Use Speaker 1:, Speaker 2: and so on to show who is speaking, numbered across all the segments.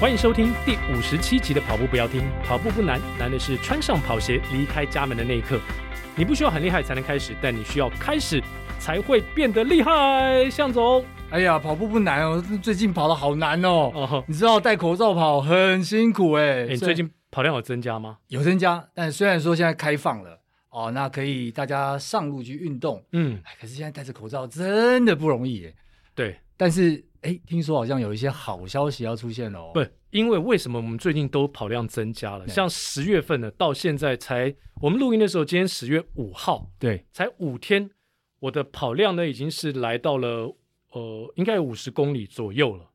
Speaker 1: 欢迎收听第五十七集的《跑步不要听》，跑步不难，难的是穿上跑鞋离开家门的那一刻。你不需要很厉害才能开始，但你需要开始才会变得厉害。向总，
Speaker 2: 哎呀，跑步不难哦，最近跑的好难哦。
Speaker 1: 哦，
Speaker 2: 你知道戴口罩跑很辛苦哎、
Speaker 1: 哎你
Speaker 2: 虽
Speaker 1: 最近跑量有增加吗？
Speaker 2: 有增加，但虽然说现在开放了哦，那可以大家上路去运动，
Speaker 1: 嗯，
Speaker 2: 哎，可是现在戴着口罩真的不容易耶。
Speaker 1: 对，
Speaker 2: 但是哎，听说好像有一些好消息要出现了哦。
Speaker 1: 不，因为为什么我们最近都跑量增加了？
Speaker 2: 对
Speaker 1: 像十月份呢，到现在才我们录音的时候，今天十月五号，
Speaker 2: 对，
Speaker 1: 才五天，我的跑量呢已经是来到了呃，应该有五十公里左右了。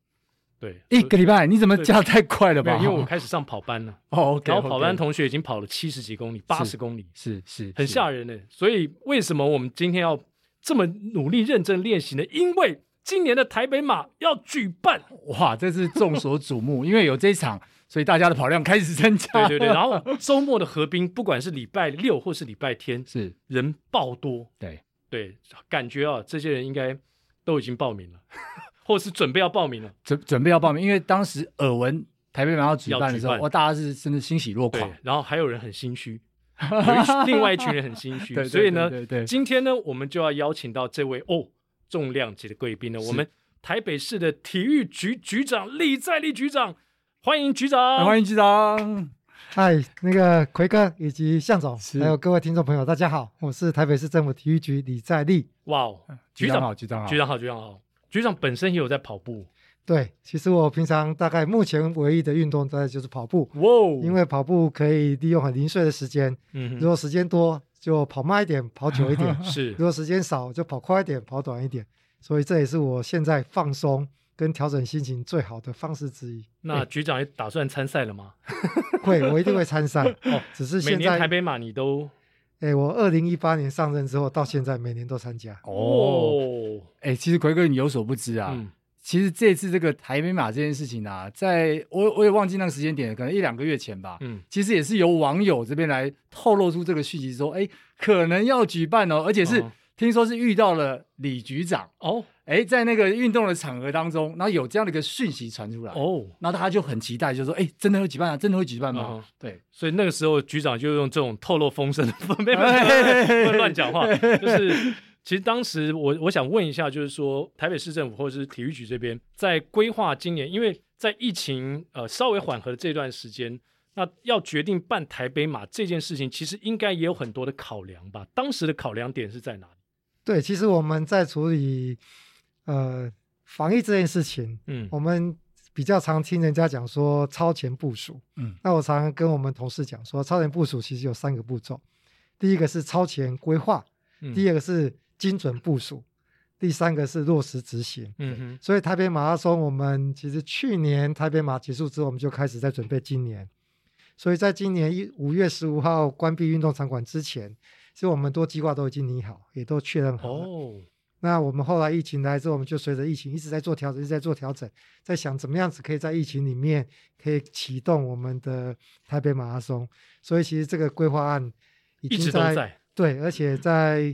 Speaker 1: 对，
Speaker 2: 一个礼拜你怎么
Speaker 1: 对
Speaker 2: 加得太快了
Speaker 1: 没
Speaker 2: 吧？
Speaker 1: 有，因为我开始上跑班了，
Speaker 2: 哦，OK，
Speaker 1: 然后跑班同学已经跑了七十几公里、八十公里，
Speaker 2: 是是
Speaker 1: 很
Speaker 2: 是
Speaker 1: 吓人呢。所以为什么我们今天要这么努力认真练习呢？因为今年的台北马要举办，
Speaker 2: 哇，这是众所瞩目，因为有这一场，所以大家的跑量开始增加。
Speaker 1: 对对对。然 后周末的河滨，不管是礼拜六或是礼拜天，
Speaker 2: 是，
Speaker 1: 人爆多，
Speaker 2: 对，
Speaker 1: 对，感觉啊，这些人应该都已经报名了， 或是准备要报名了。
Speaker 2: 准准备要报名，因为当时耳闻台北马要举办的时候
Speaker 1: 要，举办
Speaker 2: 哇，大家是真的欣喜若狂
Speaker 1: 对，，然后还有人很心虚，有一群另外一群人很心虚，
Speaker 2: 对对
Speaker 1: 所以呢，
Speaker 2: 对对对
Speaker 1: 今天呢，我们就要邀请到这位哦重量级的贵宾呢，
Speaker 2: 是
Speaker 1: 我们台北市的体育局局长李在立局长，欢迎局长，
Speaker 2: 哎欢迎局长。
Speaker 3: 嗨，那个奎哥以及向总，
Speaker 2: 是
Speaker 3: 还有各位听众朋友，大家好，我是台北市政府体育局李在立。
Speaker 1: 哇哦，局
Speaker 2: 长
Speaker 1: 长
Speaker 2: 好，，局长好，
Speaker 1: 局长好，局长好，局长本身也有在跑步，
Speaker 3: 对，其实我平常大概目前唯一的运动大概就是跑步，
Speaker 1: 哇哦，
Speaker 3: 因为跑步可以利用很零碎的时间，
Speaker 1: 嗯
Speaker 3: 如
Speaker 1: 哼；
Speaker 3: 果时间多就跑慢一点，跑久一点
Speaker 1: 是
Speaker 3: 如果时间少就跑快一点，跑短一点。所以这也是我现在放松跟调整心情最好的方式之一。
Speaker 1: 那局长也打算参赛了吗？。
Speaker 3: 会，我一定会参赛
Speaker 1: 哦，
Speaker 3: 只是
Speaker 1: 每
Speaker 3: 现
Speaker 1: 年
Speaker 3: 在
Speaker 1: 台，北马你都
Speaker 3: 哎，我二零一八年上任之后到现在，每年都参加。
Speaker 2: 哦，，哎，其实奎哥你有所不知啊，
Speaker 1: 嗯，
Speaker 2: 其实这次这个台北马这件事情啊，在我我也忘记那个时间点了，可能一两个月前吧。
Speaker 1: 嗯，
Speaker 2: 其实也是由网友这边来透露出这个讯息，说，哎，可能要举办哦，而且是、
Speaker 1: 嗯
Speaker 2: 听说是遇到了李局长，
Speaker 1: 哦
Speaker 2: 哎，在那个运动的场合当中，然后有这样的一个讯息传出来，
Speaker 1: 哦。
Speaker 2: 然后大家就很期待，就说：“哎，真的会举办啊？真的会举办吗？”
Speaker 1: 嗯
Speaker 2: 对，
Speaker 1: 所以那个时候局长就用这种透露风声的方面
Speaker 2: 哎
Speaker 1: 不 会乱讲话，就是其实当时我我想问一下，就是说台北市政府或者是体育局这边在规划今年，因为在疫情呃稍微缓和的这段时间，那要决定办台北马这件事情，其实应该也有很多的考量吧？当时的考量点是在哪里？
Speaker 3: 对，其实我们在处理呃防疫这件事情，
Speaker 1: 嗯
Speaker 3: 我们比较常听人家讲说超前部署。
Speaker 2: 嗯，
Speaker 3: 那我常常跟我们同事讲说，超前部署其实有三个步骤，第一个是超前规划，
Speaker 1: 嗯
Speaker 3: 第二个是精准部署，第三个是落实执行。
Speaker 1: 嗯哼
Speaker 3: 所以台北马拉松，我们其实去年台北马结束之后，我们就开始在准备今年。所以在今年一五月十五号关闭运动场馆之前，其实我们多计划都已经拟好，也都确认好了。
Speaker 1: 哦
Speaker 3: 那我们后来疫情来之后，我们就随着疫情一直在做调整，一直在做调整，在想怎么样子可以在疫情里面可以启动我们的台北马拉松。所以其实这个规划案已
Speaker 1: 一
Speaker 3: 经
Speaker 1: 直都在
Speaker 3: 对，而且在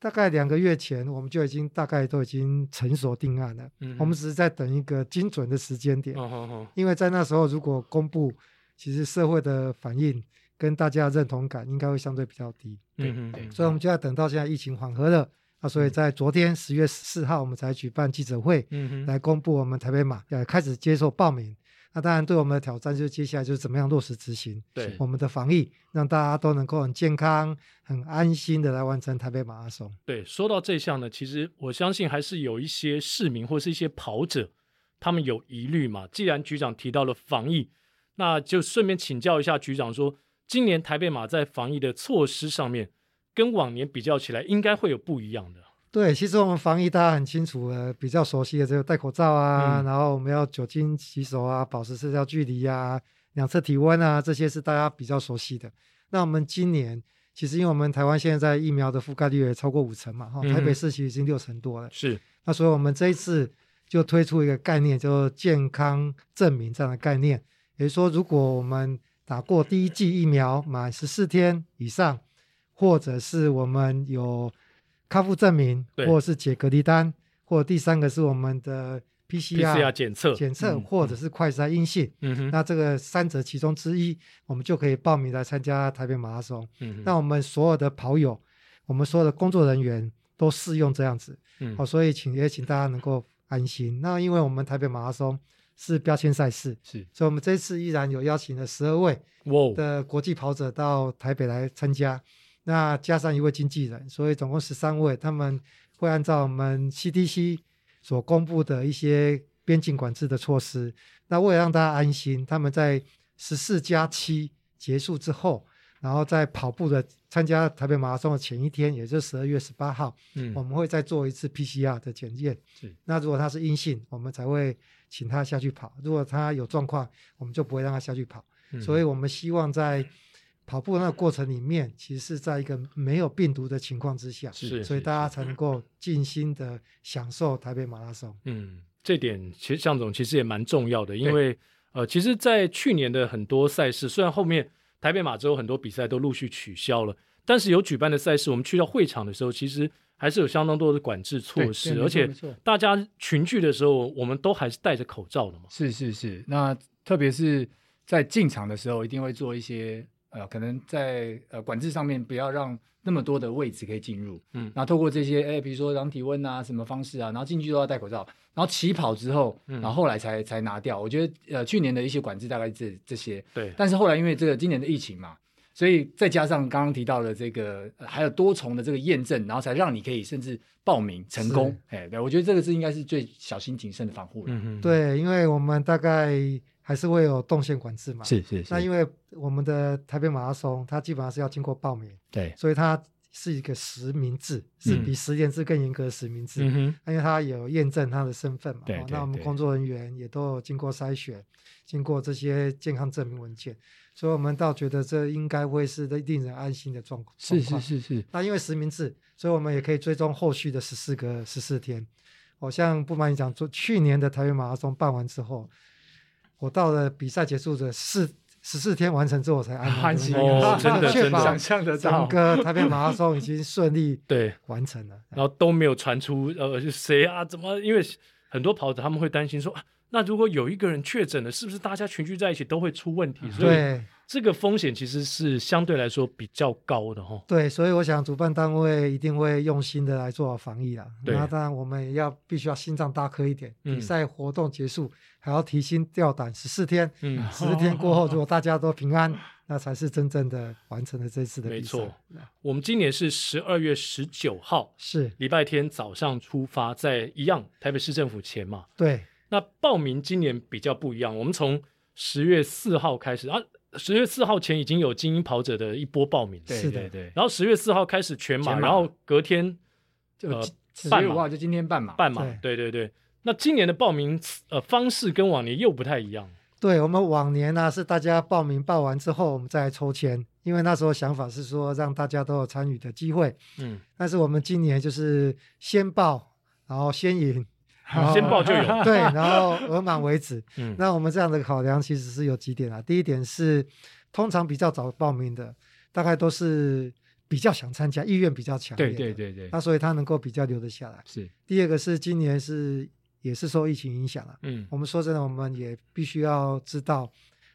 Speaker 3: 大概两个月前，我们就已经大概都已经成熟定案了。
Speaker 1: 嗯哼
Speaker 3: 我们只是在等一个精准的时间点，
Speaker 1: 哦哦哦
Speaker 3: 因为在那时候如果公布，其实社会的反应跟大家的认同感应该会相对比较低。
Speaker 1: 嗯哼
Speaker 2: 对
Speaker 3: 所以我们就要等到现在疫情缓和了啊，所以在昨天十月十四号，我们才举办记者会
Speaker 1: 嗯哼
Speaker 3: 来公布我们台北马呃开始接受报名。那当然，对我们的挑战就是接下来就是怎么样落实执行
Speaker 1: 对
Speaker 3: 我们的防疫，让大家都能够很健康、很安心的来完成台北马拉松。
Speaker 1: 对，说到这项呢，其实我相信还是有一些市民或是一些跑者，他们有疑虑嘛。既然局长提到了防疫，那就顺便请教一下局长说，今年台北马在防疫的措施上面，跟往年比较起来，应该会有不一样的。
Speaker 3: 对，其实我们防疫大家很清楚，呃，比较熟悉的只有戴口罩啊，
Speaker 1: 嗯
Speaker 3: 然后我们要酒精洗手啊，保持社交距离啊，量测体温啊，这些是大家比较熟悉的。那我们今年其实因为我们台湾现在疫苗的覆盖率也超过五成嘛，哈、台
Speaker 1: 嗯
Speaker 3: 北市其实已经六成多了。
Speaker 1: 是，
Speaker 3: 那所以我们这一次就推出一个概念，叫做健康证明这样的概念，也就是说，如果我们打过第一剂疫苗满十四天以上，或者是我们有康复证明，
Speaker 1: 对
Speaker 3: 或者是解隔离单，或者第三个是我们的
Speaker 1: PCR 检测，
Speaker 3: 检测
Speaker 2: 嗯
Speaker 3: 或者是快筛阴性，
Speaker 1: 嗯哼，
Speaker 3: 那这个三者其中之一，我们就可以报名来参加台北马拉松。
Speaker 1: 嗯哼
Speaker 3: 那我们所有的跑友，我们所有的工作人员都适用这样子。
Speaker 1: 嗯
Speaker 3: 好、哦所以请也请大家能够安心。那因为我们台北马拉松是标签赛事，
Speaker 2: 是
Speaker 3: 所以我们这次依然有邀请了十二位
Speaker 1: 哇哦，
Speaker 3: 的国际跑者到台北来参加，那加上一位经纪人，所以总共十三位。他们会按照我们 CDC 所公布的一些边境管制的措施，那为了让大家安心，他们在十四加七结束之后，然后在跑步的参加台北马拉松的前一天，也就是十二月十八号，
Speaker 1: 嗯
Speaker 3: 我们会再做一次 PCR 的检验
Speaker 1: 是。
Speaker 3: 那如果他是阴性，我们才会请他下去跑；如果他有状况，我们就不会让他下去跑。
Speaker 1: 嗯
Speaker 3: 所以我们希望在跑步那个过程里面，其实是在一个没有病毒的情况之下，
Speaker 1: 是
Speaker 3: 所以大家才能够尽心的享受台北马拉松。
Speaker 1: 嗯，这点其实向总其实也蛮重要的，因
Speaker 2: 对
Speaker 1: 为呃，其实，在去年的很多赛事，虽然后面台北马之后很多比赛都陆续取消了，但是有举办的赛事，我们去到会场的时候，其实还是有相当多的管制措
Speaker 2: 对
Speaker 1: 施，
Speaker 2: 对
Speaker 1: 而且
Speaker 2: 没错没错
Speaker 1: 大家群聚的时候，我们都还是戴着口罩的嘛。
Speaker 2: 是是是，那特别是在进场的时候，一定会做一些呃，可能在呃管制上面不要让那么多的位置可以进入。
Speaker 1: 嗯
Speaker 2: 那透过这些哎，比如说量体温啊，什么方式啊，然后进去都要戴口罩，然后起跑之后，
Speaker 1: 嗯
Speaker 2: 然后后来才才拿掉。我觉得呃去年的一些管制大概这这些，
Speaker 1: 对，
Speaker 2: 但是后来因为这个今年的疫情嘛。所以再加上刚刚提到的这个，呃还有多重的这个验证，然后才让你可以甚至报名成功。哎，对，我觉得这个是应该是最小心谨慎的防护了。
Speaker 1: 嗯哼，
Speaker 3: 对，因为我们大概还是会有动线管制嘛。。
Speaker 2: 是是
Speaker 3: 那因为我们的台北马拉松，它基本上是要经过报名，
Speaker 2: 对，
Speaker 3: 所以它是一个实名制，是
Speaker 1: 嗯
Speaker 3: 比实验制更严格的实名制。
Speaker 1: 嗯哼，
Speaker 3: 因为他有验证他的身份嘛，
Speaker 2: 对
Speaker 3: 哦
Speaker 2: 对
Speaker 3: 那我们
Speaker 2: 对
Speaker 3: 工作人员也都有经过筛选，经过这些健康证明文件，所以我们倒觉得这应该会是令人安心的状况。
Speaker 2: 是
Speaker 3: 状
Speaker 2: 是是
Speaker 3: 况。
Speaker 2: 是，
Speaker 3: 那因为实名制，所以我们也可以追踪后续的十四个十四天。我、像不瞒你讲，说去年的台北马拉松办完之后，我到了比赛结束的四十四天完成之后，我才安
Speaker 2: 安心
Speaker 3: 心 地
Speaker 1: 哦真的
Speaker 3: 确
Speaker 1: 真的
Speaker 3: 保
Speaker 2: 想象得
Speaker 3: 整
Speaker 2: 到，
Speaker 3: 个台北马拉松已经顺利
Speaker 1: 对，
Speaker 3: 完成了。
Speaker 1: 然后都没有传出呃是谁啊怎么，因为很多跑者他们会担心说、啊，那如果有一个人确诊了，是不是大家群聚在一起都会出问题？所以
Speaker 3: 对。
Speaker 1: 这个风险其实是相对来说比较高的哈。
Speaker 3: 对，所以我想主办单位一定会用心的来做好防疫啦。
Speaker 1: 对
Speaker 3: 那当然我们也要必须要心脏大颗一点，
Speaker 1: 嗯
Speaker 3: 比赛活动结束还要提心吊胆十四天，
Speaker 1: 嗯，
Speaker 3: 十四天过后如果大家都平安，那才是真正的完成了这次的
Speaker 1: 没
Speaker 3: 比赛。
Speaker 1: 错，我们今年是十二月十九号
Speaker 3: 是
Speaker 1: 礼拜天早上出发，在一样台北市政府前嘛。
Speaker 3: 对，
Speaker 1: 那报名今年比较不一样，我们从十月四号开始啊，十月四号前已经有精英跑者的一波报名了，
Speaker 3: 是
Speaker 2: 对
Speaker 3: 的
Speaker 2: 对对，
Speaker 1: 然后十月四号开始全马，
Speaker 2: 全马
Speaker 1: 然后隔天
Speaker 2: 就
Speaker 1: 呃
Speaker 2: 十
Speaker 1: 半
Speaker 2: 月
Speaker 1: 马
Speaker 2: 五号就今天半马，
Speaker 1: 半马，对对对。那今年的报名呃方式跟往年又不太一样，
Speaker 3: 对我们往年呢、是大家报名报完之后，我们再来抽签，因为那时候想法是说让大家都有参与的机会。
Speaker 1: 嗯，
Speaker 3: 但是我们今年就是先报，然后先赢，然 后
Speaker 1: 先报就有，
Speaker 3: 对，然后额满为止。
Speaker 1: 嗯，
Speaker 3: 那我们这样的考量其实是有几点啊。第一点是，通常比较早报名的，大概都是比较想参加，意愿比较强烈
Speaker 2: 对
Speaker 3: 的
Speaker 2: 对。对对，
Speaker 3: 那所以他能够比较留得下来。
Speaker 2: 是
Speaker 3: 第二个是今年是也是受疫情影响了、啊
Speaker 1: 嗯
Speaker 3: 我们说真的，我们也必须要知道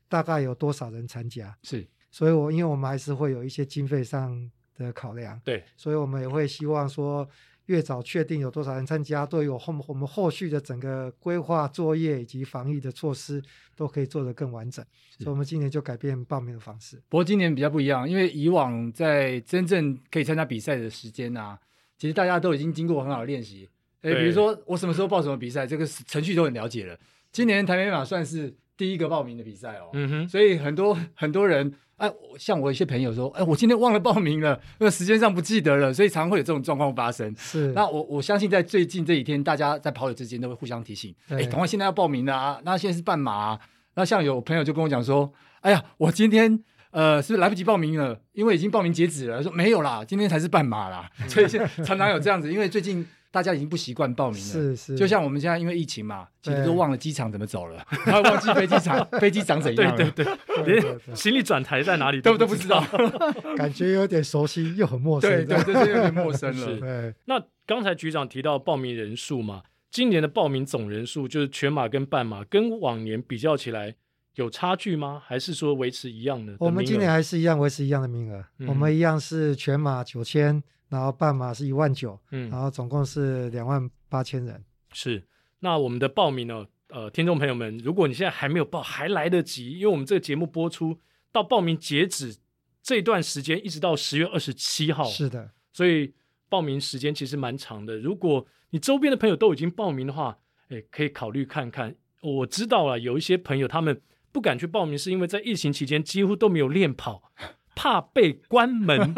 Speaker 3: 大概有多少人参加，
Speaker 2: 是
Speaker 3: 所以我因为我们还是会有一些经费上的考量，
Speaker 1: 对，
Speaker 3: 所以我们也会希望说，越早确定有多少人参加，对于我后我们后续的整个规划作业以及防疫的措施，都可以做得更完整。
Speaker 2: 是
Speaker 3: 所以，我们今年就改变报名的 方式。
Speaker 2: 不过今年比较不一样，因为以往在真正可以参加比赛的时间啊，其实大家都已经经过很好的练习。哎，
Speaker 1: 对
Speaker 2: 比如说我什么时候报什么比赛，这个程序都很了解了。今年台北马算是第一个报名的比赛哦，
Speaker 1: 嗯哼，
Speaker 2: 所以很多很多人，哎，我像我有一些朋友说，哎，我今天忘了报名了，那时间上不记得了，所以常会有这种状况发生。
Speaker 3: 是，
Speaker 2: 那我我相信在最近这几天，大家在跑友之间都会互相提醒，
Speaker 3: 对
Speaker 2: 哎，赶快现在要报名了啊！那现在是半马、啊，那像有朋友就跟我讲说，哎呀，我今天呃是不是来不及报名了？因为已经报名截止了。说没有啦，今天才是半马 啦，所以现在常常有这样子，因为最近大家已经不习惯报名了。
Speaker 3: 是是，
Speaker 2: 就像我们现在因为疫情嘛，其实
Speaker 3: 对
Speaker 2: 都忘了机场怎么走了， 还有忘记飞机场飞机长怎样
Speaker 1: 对
Speaker 2: 了，
Speaker 1: 对对，
Speaker 3: 对对
Speaker 1: 连行李转台在哪里
Speaker 2: 都都不知道。
Speaker 3: 感觉有点熟悉又很陌生。
Speaker 2: 对对，
Speaker 3: 这样
Speaker 2: 这就有点陌生
Speaker 1: 是
Speaker 2: 了。
Speaker 3: 对
Speaker 1: 那刚才局长提到报名人数嘛，今年的报名总人数，就是全马跟半马，跟往年比较起来有差距吗？还是说维持一样的？
Speaker 3: 我们今年还是一样维持一样的名额，我们
Speaker 1: 嗯
Speaker 3: 一样是全马九千，然后半马是一万九，
Speaker 1: 嗯
Speaker 3: 然后总共是两万八千人。
Speaker 1: 是，那我们的报名呢？呃，听众朋友们，如果你现在还没有报，还来得及，因为我们这个节目播出到报名截止这段时间，一直到十月二十七
Speaker 2: 哦
Speaker 1: 号，
Speaker 3: 是的，
Speaker 1: 所以报名时间其实蛮长的。如果你周边的朋友都已经报名的话，诶，可以考虑看看。我知道了，有一些朋友他们不敢去报名，是因为在疫情期间几乎都没有练跑，怕被关门。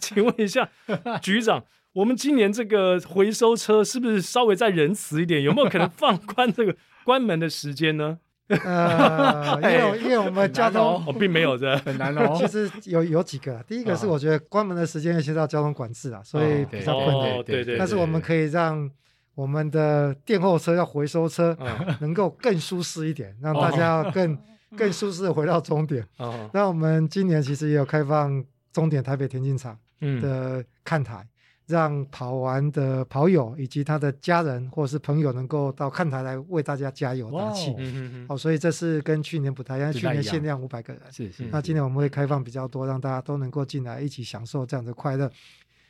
Speaker 1: 请问一下，局长，我们今年这个回收车是不是稍微再仁慈一点？有没有可能放宽这个关门的时间呢？
Speaker 3: 呃，因为我因为我们交
Speaker 2: 很难
Speaker 3: 通
Speaker 2: 哦
Speaker 1: 哦，并没有 的。
Speaker 2: 很难哦
Speaker 3: 其。实有有几个，第一个是
Speaker 2: 啊
Speaker 3: 我觉得关门的时间有些到交通管制啊，所以
Speaker 2: 哦
Speaker 3: 比较困难。
Speaker 1: 哦对对
Speaker 3: 但是我们
Speaker 2: 以
Speaker 3: 可以让我们的电后车要回收车
Speaker 1: 嗯
Speaker 3: 能够更舒适一点，让
Speaker 2: 哦
Speaker 3: 大 家要更更舒适的回到终点。
Speaker 1: 哦，
Speaker 3: 那我们今年其实也有开放终点台北田径场
Speaker 1: 嗯，
Speaker 3: 的看台，让跑完的跑友以及他的家人或者是朋友能够到看台来为大家加油打气
Speaker 2: 哇。
Speaker 1: 嗯嗯嗯
Speaker 3: 哦，所以这是跟去年不太一样，
Speaker 2: 不
Speaker 3: 去
Speaker 2: 太一
Speaker 3: 年
Speaker 2: 样
Speaker 3: 限量五百个人，
Speaker 2: 是是，
Speaker 3: 那今年我们会开放比较多，让大家都能够进来一起享受这样的快乐。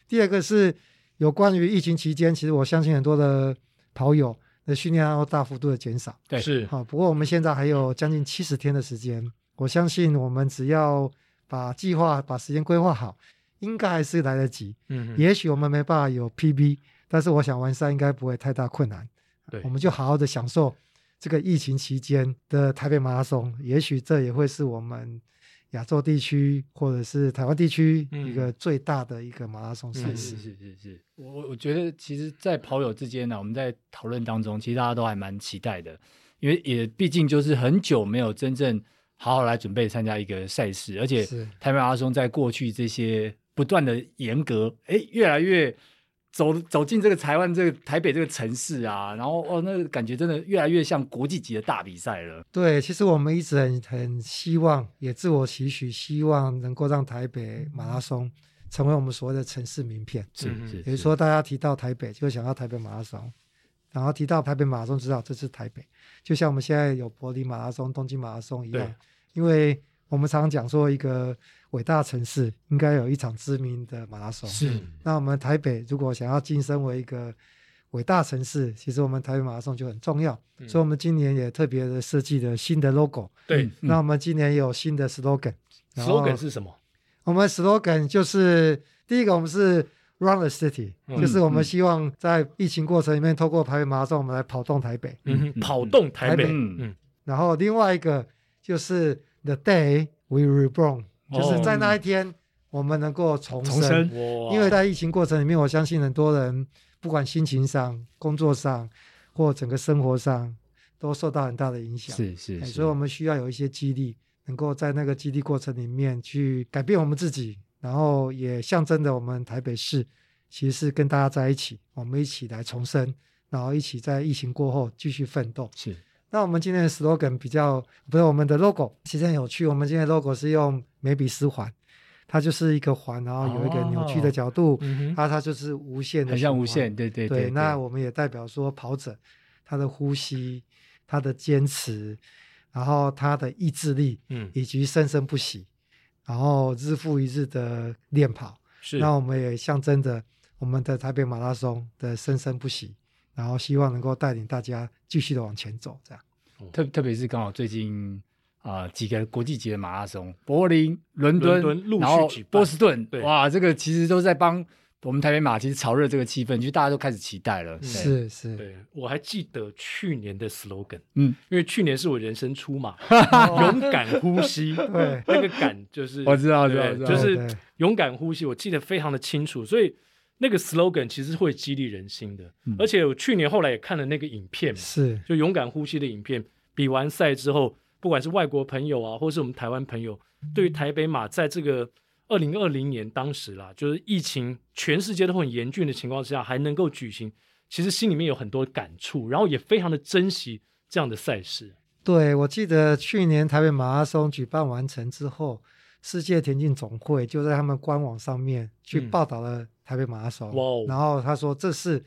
Speaker 3: 第二个是有关于疫情期间，其实我相信很多的跑友的训练量都大幅度的减少。
Speaker 2: 对
Speaker 1: 是
Speaker 3: 好，不过我们现在还有将近七十天的时间，我相信我们只要把计划、把时间规划好，应该还是来得及。
Speaker 1: 嗯嗯
Speaker 3: 也许我们没办法有 PB，但是我想完赛应该不会太大困难。
Speaker 1: 对
Speaker 3: 我们就好好的享受这个疫情期间的台北马拉松，也许这也会是我们亚洲地区或者是台湾地区
Speaker 1: 嗯
Speaker 3: 一个最大的一个马拉松赛
Speaker 1: 嗯
Speaker 3: 事。
Speaker 2: 是是是是，我我我觉得其实，在跑友之间呢、我们在讨论当中，其实大家都还蛮期待的，因为也毕竟就是很久没有真正好好来准备参加一个赛事，而且
Speaker 3: 是
Speaker 2: 台北马拉松在过去这些不断的严格，哎，越来越走走进这个台湾这个台北这个城市啊，然后哦，那个感觉真的越来越像国际级的大比赛了。
Speaker 3: 对，其实我们一直很很希望，也自我期许，希望能够让台北马拉松成为我们所谓的城市名片。
Speaker 1: 嗯
Speaker 2: 是，
Speaker 3: 比如说大家提到台北，就想到台北马拉松，然后提到台北马拉松，知道这是台北。就像我们现在有柏林马拉松、东京马拉松一样
Speaker 1: 对，
Speaker 3: 因为我们常常讲说，一个伟大城市应该有一场知名的马拉松。
Speaker 2: 是
Speaker 3: 那我们台北如果想要晋升为一个伟大城市，其实我们台北马拉松就很重要。
Speaker 1: 嗯
Speaker 3: 所以，我们今年也特别的设计了新的 logo。
Speaker 1: 对
Speaker 2: 嗯
Speaker 3: 那我们今年也有新的 slogan。然后
Speaker 1: ，slogan 是什么？
Speaker 3: 我们 slogan 就是第一个，我们是 Run the City，、
Speaker 1: 嗯
Speaker 3: 就是我们希望在疫情过程里面，透过台北马拉松，我们来跑动台北。
Speaker 1: 嗯
Speaker 2: 嗯
Speaker 1: 哼，跑动台北，
Speaker 3: 台北
Speaker 1: 嗯嗯
Speaker 3: 然后另外一个就是 The Day We Reborn，就是在那一天我们能够重生。
Speaker 2: 重生
Speaker 1: 哇，
Speaker 3: 因为在疫情过程里面，我相信很多人不管心情上、工作上或整个生活上，都受到很大的影响。
Speaker 2: 是是
Speaker 3: 哎
Speaker 2: 是，
Speaker 3: 所以我们需要有一些激励，能够在那个激励过程里面去改变我们自己，然后也象征着我们台北市其实是跟大家在一起，我们一起来重生，然后一起在疫情过后继续奋斗。
Speaker 2: 是
Speaker 3: 那我们今天的 slogan 比较不是我们的 logo，其实很有趣。我们今天的 logo 是用眉笔丝环，它就是一个环，然后有一个扭曲的角度，
Speaker 1: 嗯哼，
Speaker 3: 它它就是无限
Speaker 2: 哦
Speaker 3: 的，
Speaker 2: 很像无限，。对对
Speaker 3: 对，
Speaker 2: 对，
Speaker 3: 那我们也代表说跑者他的呼吸、他的坚持，然后他的意志力
Speaker 1: 嗯，
Speaker 3: 以及生生不息，然后日复一日的练跑。
Speaker 1: 是，
Speaker 3: 那我们也象征着我们的台北马拉松的生生不息，然后希望能够带领大家继续的往前走，这样。
Speaker 2: 特特别是刚好最近啊、几个国际级的马拉松，柏林、伦
Speaker 1: 伦
Speaker 2: 敦，
Speaker 1: 敦陆续
Speaker 2: 然后
Speaker 1: 举办
Speaker 2: 波士顿
Speaker 1: 对，
Speaker 2: 哇，这个其实都在帮我们台北马其实炒热这个气氛，就大家都开始期待
Speaker 1: 嗯
Speaker 2: 了。对，
Speaker 3: 是是，
Speaker 1: 对，我还记得去年的 slogan，
Speaker 2: 嗯，哦
Speaker 1: 因为去年是我人生出 马，勇敢呼吸，
Speaker 3: 对
Speaker 1: 那个敢就是
Speaker 2: 我知道
Speaker 1: 对
Speaker 2: 我知道
Speaker 1: 就
Speaker 2: 我
Speaker 3: 知道
Speaker 1: 是勇敢呼吸，我记得非常的清楚，所以那个 slogan 其实会激励人心的，
Speaker 2: 嗯
Speaker 1: 而且我去年后来也看了那个影片嘛，
Speaker 3: 是
Speaker 1: 就勇敢呼吸的影片，比完赛之后，不管是外国朋友啊，或是我们台湾朋友，对于台北马在这个二零二零年当时啦，就是疫情全世界都很严峻的情况之下，还能够举行，其实心里面有很多感触，然后也非常的珍惜这样的赛事。
Speaker 3: 对，我记得去年台北马拉松举办完成之后，世界田径总会就在他们官网上面去
Speaker 1: 嗯
Speaker 3: 报道了台北马拉松。
Speaker 1: 哇哦
Speaker 3: 然后他说这是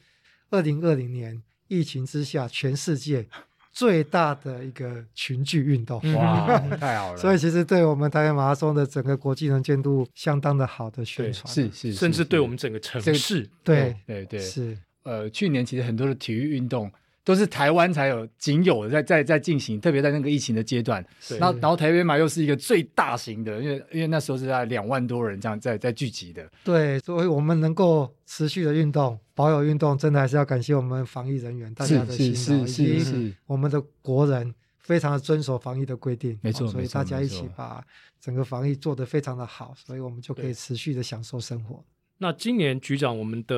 Speaker 3: 二零二零年疫情之下全世界最大的一个群聚运动。
Speaker 2: 嗯 哇，太好了！
Speaker 3: 所以其实对我们台北马拉松的整个国际能见度相当的好的宣
Speaker 1: 对
Speaker 3: 传，
Speaker 2: 是是，
Speaker 1: 甚至
Speaker 2: 是
Speaker 1: 对我们整个城
Speaker 2: 这个
Speaker 1: 市，
Speaker 3: 对
Speaker 2: 对对
Speaker 3: 是
Speaker 2: 呃，去年其实很多的体育运动都是台湾才有仅有的在在在进行，特别在那个疫情的阶段。
Speaker 1: 对
Speaker 2: 然后然后台北马又是一个最大型的，因为因为那时候是在两万多人这样在在聚集的。
Speaker 3: 对，所以我们能够持续的运动、保有运动，真的还是要感谢我们防疫人员大家的
Speaker 2: 是
Speaker 3: 辛劳，
Speaker 2: 是是
Speaker 3: 以及
Speaker 2: 是，
Speaker 3: 我们的国人非常的遵守防疫的规定，
Speaker 2: 没错
Speaker 3: 哦所以
Speaker 2: 没错
Speaker 3: 大家
Speaker 2: 没
Speaker 3: 一
Speaker 2: 错
Speaker 3: 起把整个防疫做得非常的好，所以我们就可
Speaker 1: 对
Speaker 3: 以持续的享受生活。
Speaker 1: 那今年局长，我们的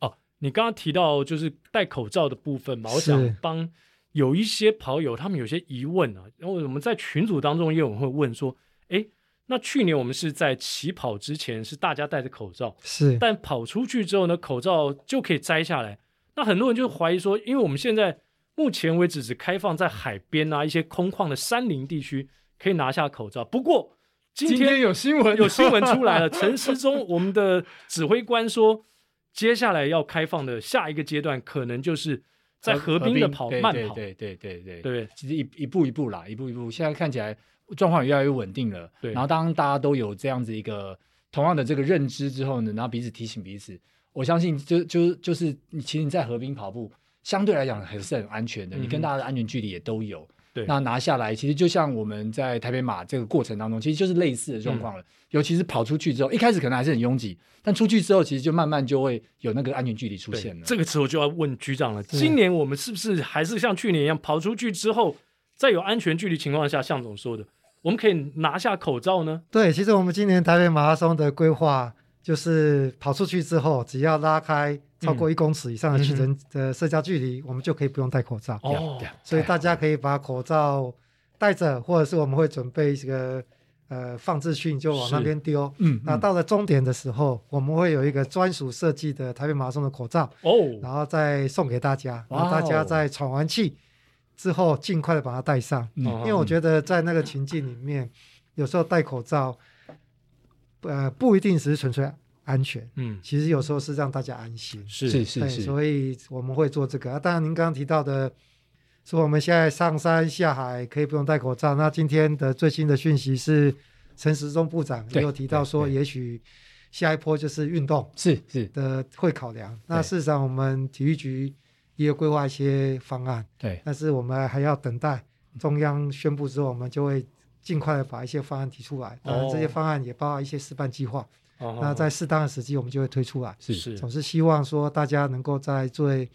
Speaker 1: 哦，你刚刚提到就是戴口罩的部分嘛，我
Speaker 3: 是
Speaker 1: 想帮有一些跑友他们有些疑问啊，然后我们在群组当中也有人会问说，诶，那去年我们是在起跑之前是大家戴着口罩，
Speaker 3: 是
Speaker 1: 但跑出去之后呢，口罩就可以摘下来。那很多人就怀疑说，因为我们现在目前为止只开放在海边啊一些空旷的山林地区可以拿下口罩，不过今
Speaker 2: 今
Speaker 1: 天
Speaker 2: 天有新 闻，
Speaker 1: 有新闻出来了，陈时中我们的指挥官说，接下来要开放的下一个阶段，可能就是在河滨的跑
Speaker 2: 对
Speaker 1: 慢
Speaker 2: 对
Speaker 1: 跑，对
Speaker 2: 对对对对
Speaker 1: 不对？
Speaker 2: 其实一一步一步啦，一步一步，现在看起来状况也越来越稳定了。
Speaker 1: 对
Speaker 2: 然后当大家都有这样子一个同样的这个认知之后呢，然后彼此提醒彼此，我相信就就就是你，其实你在河滨跑步，相对来讲还是很安全的，
Speaker 1: 嗯哼
Speaker 2: 你跟大家的安全距离也都有。
Speaker 1: 对
Speaker 2: 那拿下来，其实就像我们在台北马这个过程当中，其实就是类似
Speaker 1: 嗯
Speaker 2: 的状况了。尤其是跑出去之后，一开始可能还是很拥挤，但出去之后，其实就慢慢就会有那个安全距离出
Speaker 1: 对
Speaker 2: 现了。
Speaker 1: 这个时候就要问局长了，今年我们是不是还是像去年一样，跑出去之后，在有安全距离情况下，向总说的，我们可以拿下口罩呢？
Speaker 3: 对，其实我们今年台北马拉松的规划就是跑出去之后，只要拉开超
Speaker 2: 嗯
Speaker 3: 过一公尺以上的距人的社交距离，我们就可以不用戴口罩。
Speaker 1: 哦，
Speaker 3: 所以大家可以把口罩戴着，或者是我们会准备这个呃放置区，你就往那
Speaker 1: 是
Speaker 3: 边丢。
Speaker 2: 嗯，
Speaker 3: 那
Speaker 2: 嗯
Speaker 3: 到了终点的时候，我们会有一个专属设计的台北马拉松的口罩，
Speaker 1: 哦，
Speaker 3: 然后再送给大家，然后
Speaker 2: 哇哦
Speaker 3: 大家在喘完气之后，尽快的把它戴上。
Speaker 2: 嗯
Speaker 1: 因
Speaker 3: 因为我觉得在那个情境里面，有时候戴口罩，呃，不一定只是纯粹安全，
Speaker 1: 嗯，
Speaker 3: 其实有时候是让大家安心。
Speaker 2: 是
Speaker 1: 是
Speaker 2: 是
Speaker 3: 对，
Speaker 2: 是，
Speaker 3: 所以我们会做这个。啊、当然，您刚刚提到的，说我们现在上山下海可以不用戴口罩。那今天的最新的讯息是，陈时中部长也
Speaker 2: 对
Speaker 3: 有提到说，
Speaker 2: 对对
Speaker 3: 也许下一波就是运动
Speaker 2: 是是，
Speaker 3: 的会考量。那
Speaker 2: 对
Speaker 3: 事实上，我们体育局也有规划一些方案，
Speaker 2: 对。
Speaker 3: 但是我们还要等待中央宣布之后，我们就会。尽快的把一些方案提出来，当然这些
Speaker 1: 哦
Speaker 3: 方案也包含一些示范计划。
Speaker 1: 哦
Speaker 3: 那在适当的时机，我们就会推出来。
Speaker 1: 是嗯
Speaker 2: 是
Speaker 1: 是
Speaker 3: 总是希望说大家能够在最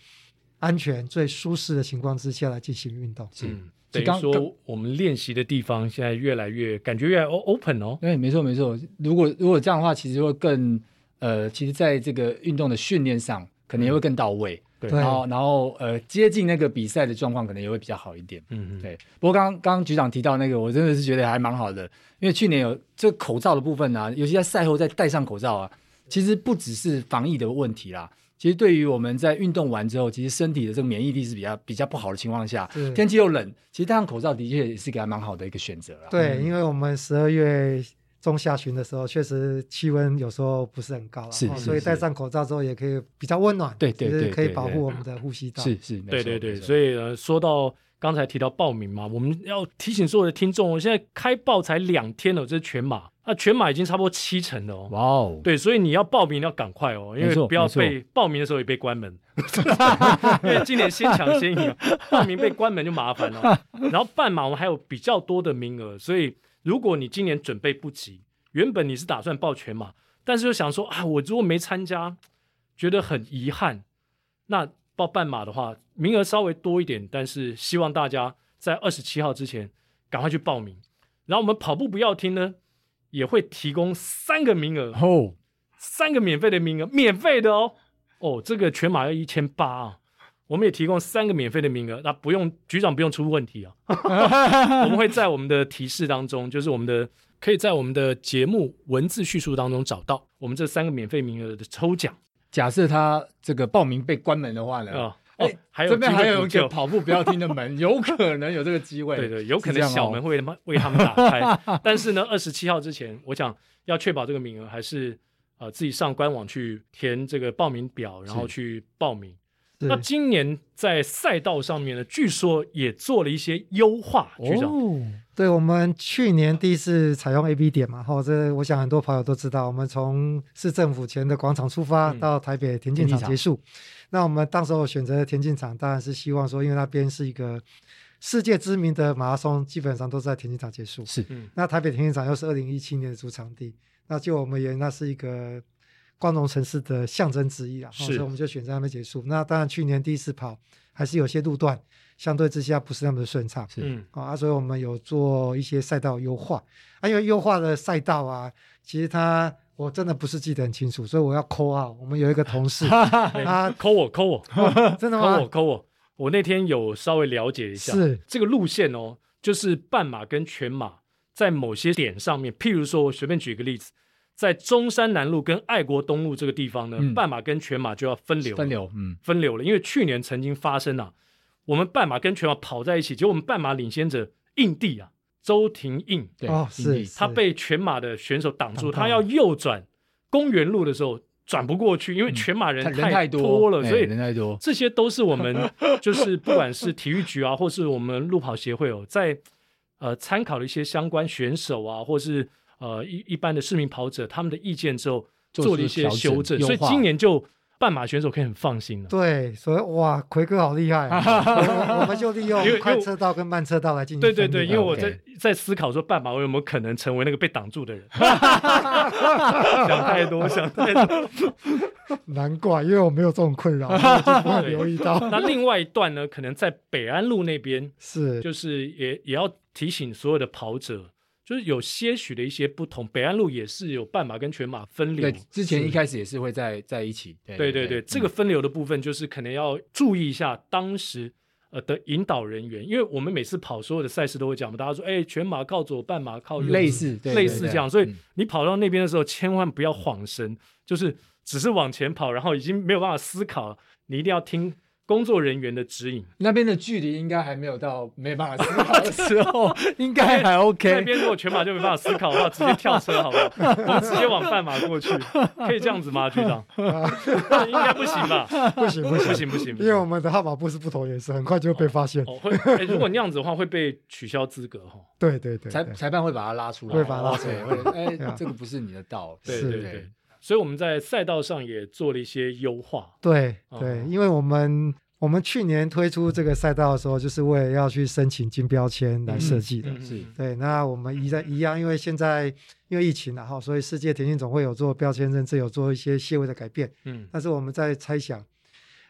Speaker 3: 安全、最舒适的情况之下来进行运动。
Speaker 1: 嗯，
Speaker 2: 是
Speaker 1: 等于
Speaker 2: 刚刚
Speaker 1: 说我们练习的地方现在越来越感觉越来越 open 哦，
Speaker 2: 对，没错没错。如果如果这样的话，其实会更呃，其实在这个运动的训练上，可能也会更到位。
Speaker 1: 对
Speaker 3: 嗯对
Speaker 2: 然后然后呃，接近那个比赛的状况，可能也会比较好一点。
Speaker 1: 嗯，
Speaker 2: 对，不过刚刚刚局长提到那个，我真的是觉得还蛮好的，因为去年有这口罩的部分啊，尤其在赛后再戴上口罩啊，其实不只是防疫的问题啦，其实对于我们在运动完之后，其实身体的这个免疫力是比较比较不好的情况下
Speaker 3: 是，
Speaker 2: 天气又冷，其实戴上口罩的确也是一个还蛮好的一个选择啦。
Speaker 3: 对，因为我们十二月中下旬的时候，确实气温有时候不是很高了，
Speaker 2: 是
Speaker 3: 哦
Speaker 2: 是
Speaker 3: 所以
Speaker 2: 是
Speaker 3: 戴上口罩之后也可以比较温暖，
Speaker 2: 对对
Speaker 3: 就是
Speaker 2: 对
Speaker 3: 可以
Speaker 2: 对
Speaker 3: 保
Speaker 2: 对
Speaker 3: 护我们的呼吸道。
Speaker 2: 是是，没
Speaker 1: 对
Speaker 2: 错
Speaker 1: 对
Speaker 2: 没
Speaker 1: 对，
Speaker 2: 错
Speaker 1: 所以呃，说到刚才提到报名嘛，我们要提醒所有的听众，我现在开报才两天了，这是全马，那全马已经差不多七成了哦。
Speaker 2: 哇哦，
Speaker 1: 对，所以你要报名要赶快哦，因为
Speaker 2: 没错
Speaker 1: 不要
Speaker 2: 没错
Speaker 1: 被报名的时候也被关 门，因为今年先抢先赢，啊报名被关门就麻烦了。然后半马我们还有比较多的名额，所以如果你今年准备不及，原本你是打算报全马，但是就想说啊，我如果没参加，觉得很遗憾。那报半马的话，名额稍微多一点，但是希望大家在二十七号之前赶快去报名。然后我们跑步不要听呢，也会提供三个名额，
Speaker 2: 哦，
Speaker 1: 三个免费的名额，免费的哦。哦，这个全马要一千八啊，我们也提供三个免费的名额，那不用局长不用出问 题啊。我们会在我们的提示当中，就是我们的可以在我们的节目文字叙述当中找到我们这三个免费名额的抽奖
Speaker 2: 假设他这个报名被关门的话呢？
Speaker 1: 啊。
Speaker 2: 哎
Speaker 1: 哦，还有
Speaker 2: 这边
Speaker 1: 机会
Speaker 2: 还有
Speaker 1: 补
Speaker 2: 一
Speaker 1: 救
Speaker 2: 个跑步不要听的 门，有可能有这个机会。
Speaker 1: 对对，有可
Speaker 2: 是这
Speaker 1: 能
Speaker 2: 样哦
Speaker 1: 小门会他们为他们打 开，但是呢，二十七号之前，我想要确保这个名额，还是呃自己上官网去填这个报名表，然后去报名。那今年在赛道上面呢，据说也做了一些优化，局长。
Speaker 2: 哦，
Speaker 3: 对，我们去年第一次采用 A B 点嘛，哈，这我想很多朋友都知道。我们从市政府前的广场出发，
Speaker 1: 嗯
Speaker 3: 到台北田径
Speaker 2: 田
Speaker 3: 场
Speaker 2: 径场
Speaker 3: 结束。那我们当时候选择田径场，当然是希望说，因为那边是一个世界知名的马拉松，基本上都是在田径场结束。
Speaker 2: 是
Speaker 1: 嗯
Speaker 3: 那台北田径场又是二零一七年的主场地，那就我们也那是一个光荣城市的象征之一啊，
Speaker 1: 是
Speaker 3: 哦所以我们就选在那边结束。那当然，去年第一次跑还是有些路段相对之下不是那么的顺畅，
Speaker 2: 是
Speaker 1: 嗯
Speaker 3: 哦啊，所以我们有做一些赛道优化，啊，因为优化的赛道啊，其实它我真的不是记得很清楚，所以我要扣啊，我们有一个 同事他、
Speaker 1: 哎扣我扣我
Speaker 3: 哦真的
Speaker 1: 扣我
Speaker 3: 吗？
Speaker 1: 扣我，我那天有稍微了解一下，
Speaker 3: 是
Speaker 1: 这个路线哦，就是半马跟全马在某些点上面，譬如说我随便举一个例子，在中山南路跟爱国东路这个地方呢，
Speaker 2: 嗯
Speaker 1: 半马跟全马就要分流，
Speaker 2: 分流，嗯，
Speaker 1: 分流了，因为去年曾经发生啊，我们半马跟全马跑在一起，结果我们半马领先者印地啊，周廷印，
Speaker 2: 对，
Speaker 3: 哦，
Speaker 2: 印
Speaker 3: 是
Speaker 2: 地
Speaker 1: 他被全马的选手挡住，
Speaker 3: 挡到
Speaker 1: 他要右转公园路的时候转不过去，因为全马人
Speaker 2: 嗯人太
Speaker 1: 多了，
Speaker 2: 哎
Speaker 1: 所以
Speaker 2: 人太多，
Speaker 1: 这些都是我 们就是不管是体育局啊，或是我们路跑协会哦，在呃参考了一些相关选手啊，或是呃一一般的市民跑者他们的意见之后，
Speaker 2: 做
Speaker 1: 做
Speaker 2: 出
Speaker 1: 了一些
Speaker 2: 调整
Speaker 1: 修正，
Speaker 2: 优
Speaker 1: 所
Speaker 2: 化
Speaker 1: 以今年就半马选手可以很放心了。
Speaker 3: 对，所以哇，奎哥好厉害、啊 我！我们就利
Speaker 1: 因为
Speaker 3: 用快车道跟慢车道来进行
Speaker 1: 对对
Speaker 3: 分
Speaker 1: 对，
Speaker 3: 离
Speaker 1: 因为我
Speaker 2: OK
Speaker 1: 在在思考说半马我有没有可能成为那个被挡住的 人，想太多，想太多。
Speaker 3: 难怪，因为我没有这种困 扰，我就不会
Speaker 1: 对
Speaker 3: 留意 到。
Speaker 1: 那另外一段呢，可能在北安路那边，
Speaker 3: 是，
Speaker 1: 就是也也要提醒所有的跑者，就是有些许的一些不同。北安路也是有半马跟全马分流
Speaker 2: 对，，之前一开始也是会在在一起，对
Speaker 1: 对对对，
Speaker 2: 对
Speaker 1: 这
Speaker 2: 嗯
Speaker 1: 个分流的部分就是可能要注意一下当时呃的引导人员，因为我们每次跑所有的赛事都会讲嘛，大家说哎全马靠左，半马靠右，
Speaker 2: 类似对
Speaker 1: 类
Speaker 2: 对
Speaker 1: 似
Speaker 2: 对
Speaker 1: 这样，所以
Speaker 2: 嗯
Speaker 1: 你跑到那边的时候千万不要晃神，就是只是往前跑，然后已经没有办法思考了，你一定要听工作人员的指引。
Speaker 2: 那边的距离应该还没有到没办法思考的时 候，应该还
Speaker 1: 那
Speaker 2: OK。
Speaker 1: 边如果全马就没办法思考的话，直接跳车好不好？ 我们直接往半马过去，可以这样子吗，局 长？应该不行吧？
Speaker 3: 不行不
Speaker 1: 不
Speaker 3: 行
Speaker 1: 行不行，不
Speaker 3: 因为我
Speaker 1: 行。
Speaker 3: 们的号码布是不同颜色，很快就会被发现。
Speaker 1: 哦，会、哎如果那样子的话，会被取消资格哈。
Speaker 3: 对对对
Speaker 2: 裁
Speaker 3: 对
Speaker 2: 裁判会把他拉出来，
Speaker 3: 会把他拉出
Speaker 2: 对
Speaker 3: 来
Speaker 2: 会 哎
Speaker 3: 对啊，
Speaker 2: 这个不是你的道，
Speaker 1: 对
Speaker 3: 是
Speaker 1: 对对，所以我们在赛道上也做了一些优化。
Speaker 3: 对
Speaker 1: 哦
Speaker 3: 对，因为我们我们去年推出这个赛道的时候，就是为了要去申请金标签来设计的。
Speaker 1: 嗯
Speaker 2: 是
Speaker 3: 对，那我们一在一样，因为现在因为疫情然后，所以世界田径总会有做标签认证，有做一些细微的改变。
Speaker 1: 嗯，
Speaker 3: 但是我们在猜想，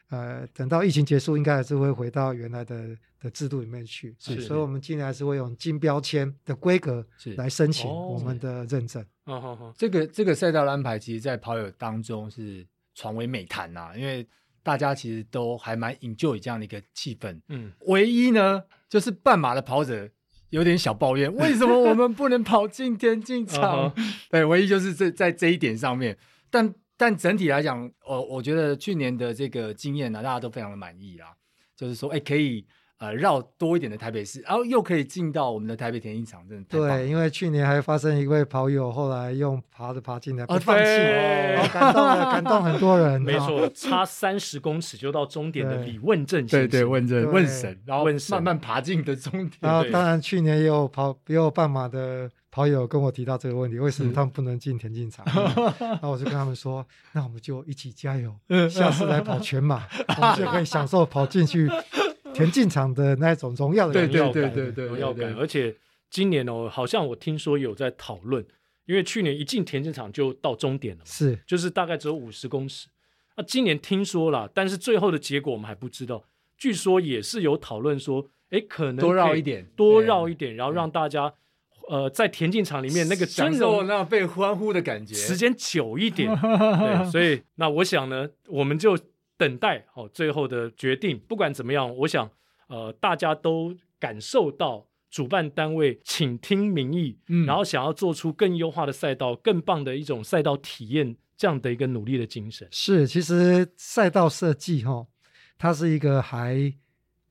Speaker 3: 呃，等到疫情结束，应该还是会回到原来的的制度里面去。
Speaker 1: 是
Speaker 3: 所以我们今年还是会用金标签的规格
Speaker 2: 是
Speaker 3: 来申请
Speaker 1: 哦
Speaker 3: 我们的认证。
Speaker 1: 好好好，
Speaker 2: 这个这个赛道的安排，其实，在跑友当中是传为美谈呐、因为大家其实都还蛮 enjoy 这样的一个气氛。
Speaker 1: 嗯，
Speaker 2: 唯一呢，就是半马的跑者有点小抱怨，为 什么我们不能跑进田径
Speaker 1: 啊
Speaker 2: 场？对，唯一就是这在这一点上面，但但整体来讲，我、我觉得去年的这个经验呢、大家都非常的满意啦。就是说，哎，可以呃绕多一点的台北市，然后又可以进到我们的台北田径场，真的太棒了
Speaker 3: 对，因为去年还发生一位跑友后来用爬的爬进来，不
Speaker 2: 哦
Speaker 3: 放弃，
Speaker 1: 啊对
Speaker 3: 哦感动了，感动很多人。
Speaker 1: 没
Speaker 3: 哦，
Speaker 1: 错，差三十公尺就到终点的
Speaker 3: 对
Speaker 1: 李问正先
Speaker 2: 对
Speaker 1: 生，
Speaker 2: 对，问
Speaker 3: 对啊
Speaker 2: 神问神，然后
Speaker 1: 问神
Speaker 2: 慢慢爬进你的终点。
Speaker 3: 然后
Speaker 1: 对
Speaker 3: 当然去年也有跑也有半马的跑友跟我提到这个问题，为什么
Speaker 2: 嗯
Speaker 3: 他们不能进田 径场？嗯然后我就跟他们说，那我们就一起加油，
Speaker 2: 嗯
Speaker 3: 下次来跑全马，我们就可以享受跑进去田径场的那一种荣耀的
Speaker 2: 对
Speaker 3: 感觉。
Speaker 2: 对
Speaker 1: 荣耀
Speaker 2: 对
Speaker 1: 感
Speaker 2: 对对，
Speaker 1: 荣耀
Speaker 2: 对
Speaker 1: 感。而且今年哦，好像我听说有在讨论，因为去年一进田径场就到终点了嘛，
Speaker 3: 是
Speaker 1: 就是大概只有五十公尺。那、今年听说啦，但是最后的结果我们还不知道。据说也是有讨论说，哎，可能
Speaker 2: 多绕
Speaker 1: 可以
Speaker 2: 一点
Speaker 1: 多
Speaker 2: 对嗯
Speaker 1: 绕一点，然后让大家呃在田径场里面那个真
Speaker 2: 享受
Speaker 1: 容
Speaker 2: 那被欢呼的感觉。
Speaker 1: 时间久一 点。对，所以那我想呢，我们就等待哦最后的决定。不管怎么样，我想呃大家都感受到主办单位倾听民意，
Speaker 2: 嗯
Speaker 1: 然后想要做出更优化的赛道、更棒的一种赛道体验这样的一个努力的精神。
Speaker 3: 是，其实赛道设计哈、它是一个还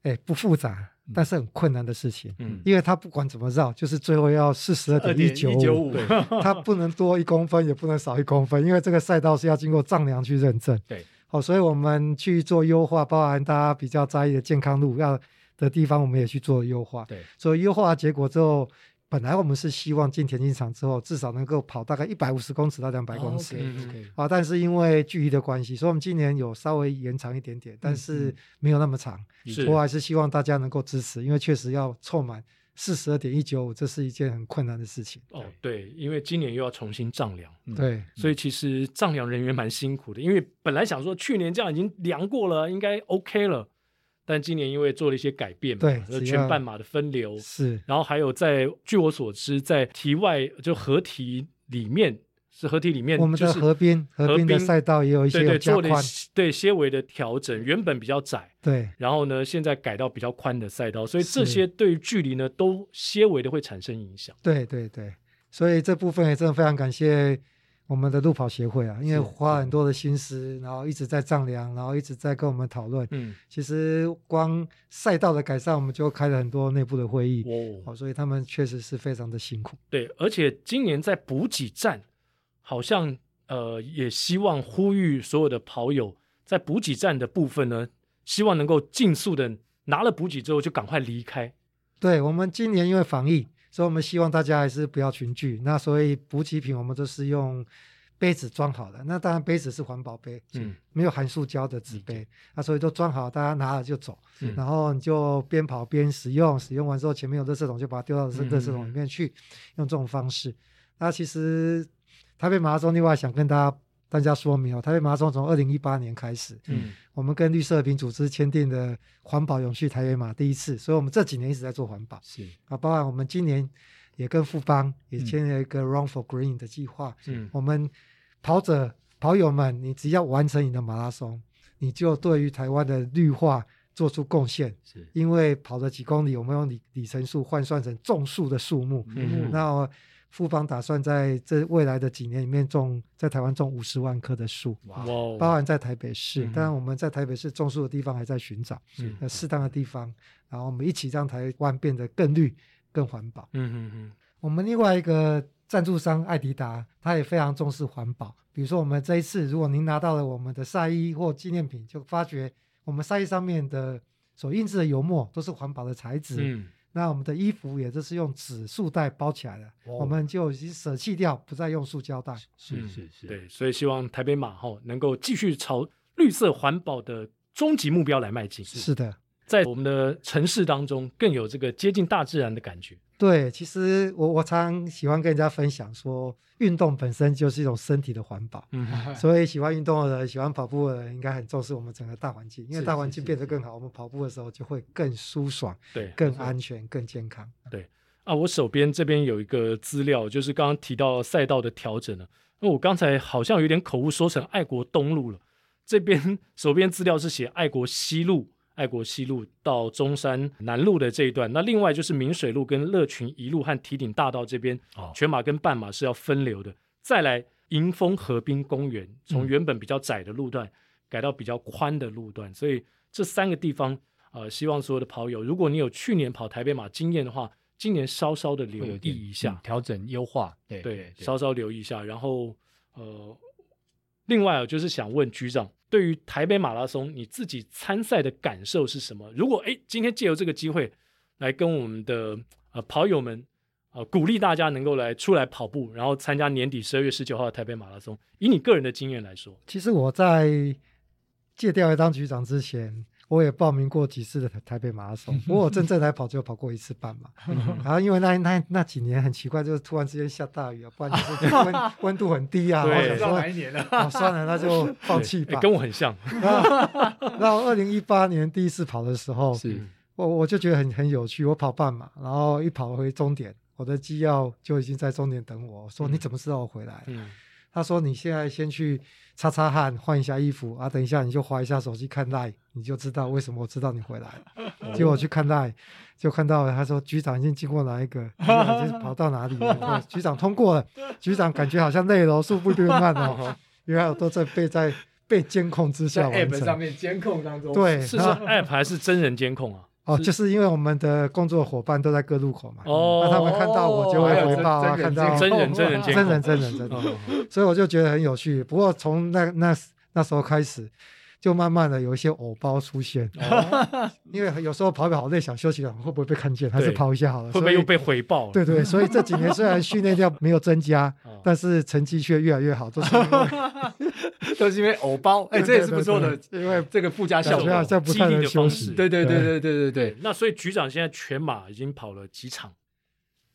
Speaker 3: 哎不复杂，
Speaker 2: 嗯
Speaker 3: 但是很困难的事情。
Speaker 1: 嗯
Speaker 3: 因为它不管怎么绕，就是最后要四十二
Speaker 2: 二
Speaker 3: 点
Speaker 2: 点
Speaker 3: 一
Speaker 2: 一
Speaker 3: 九
Speaker 2: 九
Speaker 3: 五，
Speaker 2: 五，
Speaker 3: 它不能多一公分，也不能少一公分，因为这个赛道是要经过丈量去认证。
Speaker 2: 对，
Speaker 3: 哦，所以我们去做优化，包含大家比较在意的健康路要的地方，我们也去做优化。
Speaker 2: 对，
Speaker 3: 所以优化结果之后，本来我们是希望进田径场之后至少能够跑大概一百五十公尺到两百公尺。
Speaker 1: 哦
Speaker 2: 哦
Speaker 1: OK
Speaker 3: 啊，但是因为距离的关系，所以我们今年有稍微延长一点点，但是没有那么长。
Speaker 1: 嗯是
Speaker 3: 我还是希望大家能够支持，因为确实要凑满四十二点一九五，这是一件很困难的事情。
Speaker 1: 哦，对，因为今年又要重新丈量，
Speaker 2: 嗯
Speaker 3: 对，
Speaker 1: 所以其实丈量人员蛮辛苦的，因为本来想说去年这样已经量过了，应该 OK 了，但今年因为做了一些改变嘛，
Speaker 3: 对啊
Speaker 1: 就是
Speaker 3: 只
Speaker 1: 全
Speaker 3: 要
Speaker 1: 半马的分流，
Speaker 3: 是
Speaker 1: 然后还有在据我所知，在题外就合体里面是合体里面，
Speaker 3: 我们
Speaker 1: 就
Speaker 3: 的
Speaker 1: 是
Speaker 3: 河边河
Speaker 1: 河
Speaker 3: 边的
Speaker 1: 滨
Speaker 3: 赛道也有一些
Speaker 1: 对
Speaker 3: 有
Speaker 1: 对
Speaker 3: 加
Speaker 1: 做了一
Speaker 3: 宽，
Speaker 1: 些对些微的调整，原本比较窄。
Speaker 3: 对
Speaker 1: 然后呢，现在改到比较宽的赛道，所以这
Speaker 3: 是
Speaker 1: 些对于距离呢，都些微的会产生影响。
Speaker 3: 对对对，所以这部分也真的非常感谢我们的路跑协会啊，因为
Speaker 1: 是
Speaker 3: 花很多的心思，然后一直在丈量，然后一直在跟我们讨论。
Speaker 1: 嗯，
Speaker 3: 其实光赛道的改善，我们就开了很多内部的会议，
Speaker 1: 哦，
Speaker 3: 哦，所以他们确实是非常的辛苦。
Speaker 1: 对，而且今年在补给站，好像呃，也希望呼吁所有的跑友在补给站的部分呢，希望能够尽速的拿了补给之后就赶快离开。
Speaker 3: 对我们今年因为防疫，所以我们希望大家还是不要群聚。那所以补给品我们都是用杯子装好的，那当然杯子是环保杯，
Speaker 1: 嗯，
Speaker 3: 没有含塑胶的纸杯，那所以都装好，大家拿了就走，
Speaker 1: 嗯
Speaker 3: 然后你就边跑边使用，使用完之后前面有垃圾桶就把它丢到
Speaker 1: 嗯
Speaker 3: 垃圾桶里面去，用这种方式。那其实台北马拉松，另外想跟大家大家说明哦，台北马拉松从二零一八年开始，
Speaker 1: 嗯，
Speaker 3: 我们跟绿色和平组织签订的环保永续台北马第一次，所以我们这几年一直在做环保
Speaker 2: 是
Speaker 3: 啊，包含我们今年也跟富邦也签了一个 Run for Green 的计划，
Speaker 1: 嗯，
Speaker 3: 我们跑者跑友们，你只要完成你的马拉松，你就对于台湾的绿化做出贡献。
Speaker 2: 是
Speaker 3: 因为跑了几公里，我们用里里程数换算成种树的数目。
Speaker 1: 嗯
Speaker 3: 那富邦打算在这未来的几年里面种，在台湾种五十万棵的树，
Speaker 1: 哇
Speaker 3: 包
Speaker 1: 哦，
Speaker 3: 含在台北市
Speaker 1: 嗯。
Speaker 3: 当然，我们在台北市种树的地方还在寻找，
Speaker 1: 嗯
Speaker 3: 呃，适当的地方，然后我们一起让台湾变得更绿、更环保。
Speaker 1: 嗯嗯嗯，
Speaker 3: 我们另外一个赞助商艾迪达，他也非常重视环保。比如说，我们这一次，如果您拿到了我们的晒衣或纪念品，就发觉我们晒衣上面的所印制的油墨都是环保的材质。
Speaker 1: 嗯，
Speaker 3: 那我们的衣服也都是用纸束带包起来的，
Speaker 2: 哦
Speaker 3: 我们就已经舍弃掉，不再用塑胶袋。
Speaker 2: 是是是，
Speaker 1: 嗯 对，所以希望台北马哈哦能够继续朝绿色环保的终极目标来迈进。嗯
Speaker 3: 是的，
Speaker 1: 在我们的城市当中更有这个接近大自然的感觉。
Speaker 3: 对，其实我我常喜欢跟人家分享说，运动本身就是一种身体的环保。
Speaker 1: 嗯
Speaker 2: 哎
Speaker 3: 所以喜欢运动的人、喜欢跑步的人，应该很重视我们整个大环境，因为
Speaker 2: 是
Speaker 3: 大
Speaker 2: 是
Speaker 3: 环境
Speaker 2: 是
Speaker 3: 变得
Speaker 2: 是
Speaker 3: 更好，我们跑步的时候就会更舒爽、
Speaker 1: 对
Speaker 3: 更安全、更健康。
Speaker 1: 啊，我手边这边有一个资料，就是刚刚提到赛道的调整了。那我刚才好像有点口误，说成爱国东路了。这边手边资料是写爱国西路，爱国西路到中山南路的这一段。那另外就是明水路跟乐群一路和提顶大道这边，
Speaker 2: 哦
Speaker 1: 全马跟半马是要分流的。再来迎风河滨公园，
Speaker 2: 嗯
Speaker 1: 从原本比较窄的路段、改到比较宽的路段，所以这三个地方，呃，希望所有的跑友，如果你有去年跑台北马经验的话，今年稍稍的留
Speaker 2: 会有点
Speaker 1: 意一下
Speaker 2: 嗯，调整优化，对
Speaker 1: 对，
Speaker 2: 对
Speaker 1: 稍稍留意一下。然后，呃，另外啊，就是想问局长，对于台北马拉松，你自己参赛的感受是什么？如果哎，今天借由这个机会来跟我们的呃跑友们。呃，鼓励大家能够来出来跑步，然后参加年底十二月十九号的台北马拉松。 以你个人的经验来说，
Speaker 3: 其实我在借调来当局长之前，我也报名过几次的台台北马 拉松，不过我真正来跑只有跑过一次半马。然后因为那那那几年很奇怪，就是突然之间下大雨啊，不然就是温温度很低啊，我
Speaker 1: 对
Speaker 3: 想
Speaker 2: 不知道哪一
Speaker 3: 说。
Speaker 2: 年了，
Speaker 3: 哦，算了，那就放
Speaker 1: 对
Speaker 3: 弃
Speaker 1: 哎
Speaker 3: 吧。
Speaker 1: 跟我很像，
Speaker 3: 那那我二零一八年第一次跑的时候，
Speaker 2: 是
Speaker 3: 我我就觉得很很有趣，我跑半马，然后一跑回终点，我的机要就已经在终点等我。我说你怎么知道我回来？
Speaker 1: 嗯，
Speaker 3: 他说你现在先去擦擦汗，换一下衣服啊，等一下你就划一下手机看 line，你就知道为什么我知道你回来了。结果我去看 line，就看到他说局长已经经过哪一个，局长已经跑到哪里了，我说局长通过了，局长感觉好像累了哦，速度变慢了，原来我都在被在被监控之
Speaker 2: 在
Speaker 3: 下完
Speaker 2: App 上
Speaker 3: 成。
Speaker 2: 面监控当中，
Speaker 3: 对，
Speaker 1: 是是
Speaker 3: 然后
Speaker 1: App 还是真人监控啊？
Speaker 3: 哦，就是因为我们的工作伙伴都在各路口嘛，
Speaker 1: 哦
Speaker 3: 那他们看到我就
Speaker 2: 还有
Speaker 3: 会
Speaker 2: 真
Speaker 3: 回报啊，
Speaker 2: 真人
Speaker 3: 看到
Speaker 1: 真人真人监控
Speaker 3: 真人真人真人，
Speaker 1: 哦
Speaker 3: 所以我就觉得很有趣。不过从那那那时候开始，就慢慢的有一些偶包出现，
Speaker 1: 哦
Speaker 3: 因为有时候跑一跑好累，想休息了，会不会被看见？还是
Speaker 1: 对
Speaker 3: 跑一下好了。
Speaker 1: 会不
Speaker 3: 所
Speaker 1: 会
Speaker 3: 以
Speaker 1: 又被回报了？
Speaker 3: 对对，所以这 几年虽然训练量没有增加
Speaker 1: 哦，
Speaker 3: 但是成绩却越来越好，都是因为
Speaker 2: 都是因为偶包，哎，这也是不错的，
Speaker 3: 因为
Speaker 2: 这个附加效
Speaker 3: 小朋友
Speaker 2: 果。
Speaker 3: 在不太
Speaker 1: 激励
Speaker 3: 能休息。
Speaker 1: 的方式
Speaker 2: 对对对对对对对，
Speaker 1: 那所以局长现在全马已经跑了几场？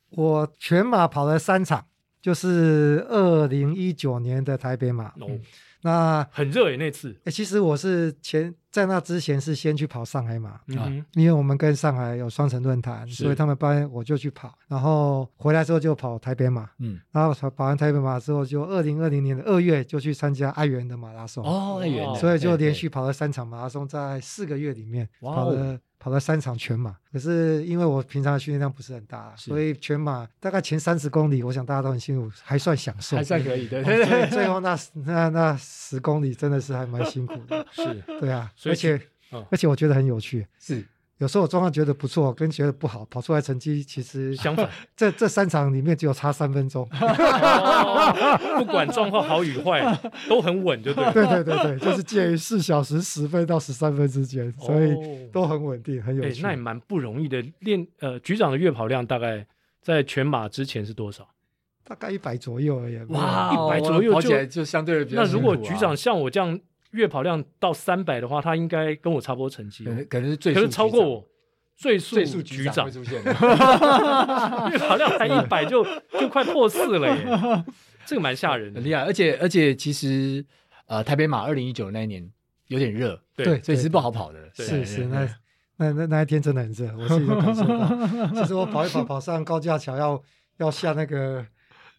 Speaker 3: 我全马跑了三场，就是二零一九年的台北马。
Speaker 1: 哦，
Speaker 3: 那
Speaker 1: 很热诶，欸那次。
Speaker 3: 诶其实我是前在那之前是先去跑上海马，
Speaker 1: 嗯哼，
Speaker 3: 因为我们跟上海有双城论坛，
Speaker 2: 是
Speaker 3: 所以他们班我就去跑，然后回来之后就跑台北马，
Speaker 2: 嗯，
Speaker 3: 然后跑跑完台北马之后，就二零二零年的二月就去参加爱媛的马拉松，
Speaker 2: 哦，那远的，
Speaker 3: 所以就
Speaker 2: 对
Speaker 3: 连续，跑了三场马拉松，在四个月里面
Speaker 2: 哇哦
Speaker 3: 跑了跑了三场全马。可是因为我平常的训练量不是很大，
Speaker 2: 是
Speaker 3: 所以全马大概前三十公里，我想大家都很辛苦，还算享
Speaker 2: 对
Speaker 3: 受。
Speaker 2: 还算哦可以，对
Speaker 3: 所
Speaker 2: 对对，
Speaker 3: 以最后那那那十公里真的是还蛮辛苦的，
Speaker 1: 是
Speaker 3: 对啊，
Speaker 1: 所以
Speaker 3: 而且、
Speaker 1: 嗯
Speaker 3: 而且我觉得很有趣。
Speaker 2: 是
Speaker 3: 有时候我状况觉得不错，跟觉得不好，跑出来成绩其实
Speaker 1: 相反，
Speaker 3: 这这三场里面只有差三分钟。
Speaker 1: 哦不管状况好与坏，都很稳，就对了。
Speaker 3: 对对对对，就是介于四小时十分到十三分之间，所以
Speaker 1: 哦
Speaker 3: 都很稳定，很有
Speaker 1: 哎，
Speaker 3: 趣。
Speaker 1: 那也蛮不容易的。练呃，局长的月跑量大概在全马之前是多少？
Speaker 3: 大概一百左右而已。
Speaker 2: 哇，
Speaker 1: 100
Speaker 2: 我
Speaker 1: 左右
Speaker 2: 跑起
Speaker 1: 就
Speaker 2: 来就相对的比较
Speaker 1: 那如
Speaker 2: 辛
Speaker 1: 果
Speaker 2: 苦
Speaker 1: 局
Speaker 2: 啊
Speaker 1: 长像我这样月跑量到三百的话，他应该跟我差不多成绩
Speaker 2: 可
Speaker 1: 哦，
Speaker 2: 能可能是哎
Speaker 1: 可
Speaker 2: 最速
Speaker 1: 是
Speaker 2: 局
Speaker 1: 超过
Speaker 2: 长
Speaker 1: 我。最速
Speaker 2: 最速
Speaker 1: 局
Speaker 2: 局长
Speaker 1: 长
Speaker 2: 会，出现的，
Speaker 1: 月跑量才一百就就快破四了耶，这个蛮吓人的
Speaker 2: 很。厉害。而且而且其实呃，台北马二零一九那一年有点热，
Speaker 3: 对
Speaker 2: 所以是不好跑的。
Speaker 1: 对
Speaker 2: 对
Speaker 3: 是是，
Speaker 2: 对
Speaker 3: 那那那那一天真的很热，我自己都感受到。其实我跑一跑，跑上高架桥要要下那个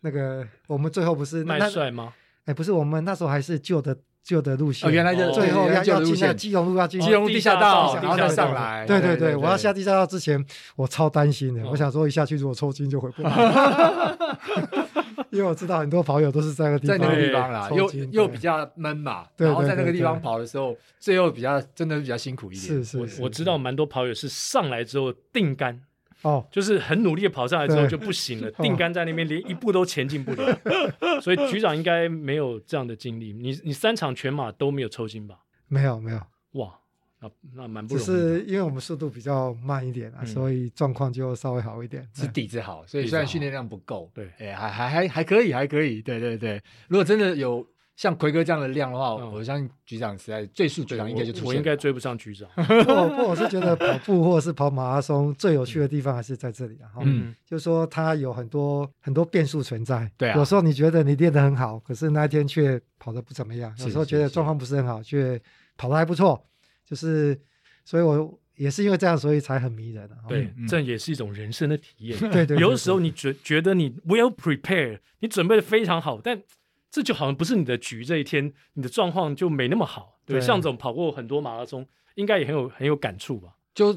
Speaker 3: 那个，我们最后不是那
Speaker 1: 麦
Speaker 3: 那
Speaker 1: 帅吗？
Speaker 3: 哎不是，我们那时候还是旧的旧的路线。
Speaker 2: 哦，原来的
Speaker 1: 哦
Speaker 3: 最后
Speaker 2: 原来旧的
Speaker 3: 要要
Speaker 2: 路
Speaker 3: 进那
Speaker 2: 线，
Speaker 3: 基隆路要进
Speaker 2: 基隆
Speaker 1: 地
Speaker 2: 地
Speaker 1: 下
Speaker 2: 下
Speaker 1: 道地
Speaker 2: 道，然后
Speaker 1: 下
Speaker 2: 再
Speaker 1: 道
Speaker 2: 上来。
Speaker 3: 对
Speaker 2: 对
Speaker 3: 对对，我要下地下道之前，我超担心的。
Speaker 1: 哦
Speaker 3: 我想说一下去如果抽筋就回不来了，因为我知道很多跑友都是在那个地
Speaker 2: 在
Speaker 3: 方
Speaker 2: 那个
Speaker 1: 对
Speaker 2: 地方啦，
Speaker 3: 抽
Speaker 2: 又
Speaker 3: 筋
Speaker 2: 又
Speaker 3: 对
Speaker 2: 比较闷嘛，
Speaker 3: 对
Speaker 2: 然后
Speaker 3: 对
Speaker 2: 在那个
Speaker 3: 对
Speaker 2: 地方
Speaker 3: 对
Speaker 2: 跑的时候，最后比较真的是比较辛苦一点。
Speaker 3: 是是
Speaker 1: 我
Speaker 3: 是
Speaker 1: 我知道蛮多跑友是上来之后定杆，
Speaker 3: 哦，
Speaker 1: 就是很努力的跑上来之后
Speaker 3: 对
Speaker 1: 就不行 了，
Speaker 3: 哦
Speaker 1: 定杆在那边连一步都前进不 了。所以局长应该没有这样的经历，你你三场全马都没有抽筋吧？
Speaker 3: 没有没有，
Speaker 1: 哇，那那蛮不
Speaker 3: 只
Speaker 1: 容易的。
Speaker 3: 是因为我们速度比较慢一点啊，
Speaker 1: 嗯
Speaker 3: 所以状况就稍微好一点。
Speaker 2: 是底子好，所以虽然训练量不够，
Speaker 1: 对
Speaker 2: 哎，还还还还可以，还可以，对对对。如果真的有像奎哥这样的量的话，
Speaker 1: 嗯
Speaker 2: 我相信局长实在最速局长应该就出现
Speaker 1: 我我
Speaker 2: 了
Speaker 1: 应该追不上局长。
Speaker 3: 不过不过我是觉得跑步或者是跑马拉松最有趣的地方还是在这里啊，哈
Speaker 2: 嗯，
Speaker 3: 就是说它有很多很多变数存在。
Speaker 2: 对啊
Speaker 3: 有时候你觉得你练得很好，可是那一天却跑得不怎么样；
Speaker 2: 是
Speaker 3: 有时候觉得
Speaker 2: 是是
Speaker 3: 状况不是很好，却跑得还不错。就是，所以我也是因为这样，所以才很迷人啊。哈
Speaker 1: 对
Speaker 2: 嗯，
Speaker 1: 这也是一种人生的体 验。
Speaker 3: 对对，
Speaker 1: 有
Speaker 3: 对
Speaker 1: 的时候你觉觉得你 well prepared，你准备的非常好，但这就好像不是你的局这一天，你的状况就没那么好。对，
Speaker 3: 对
Speaker 1: 向总跑过很多马拉松，应该也很有很有感触吧？
Speaker 2: 就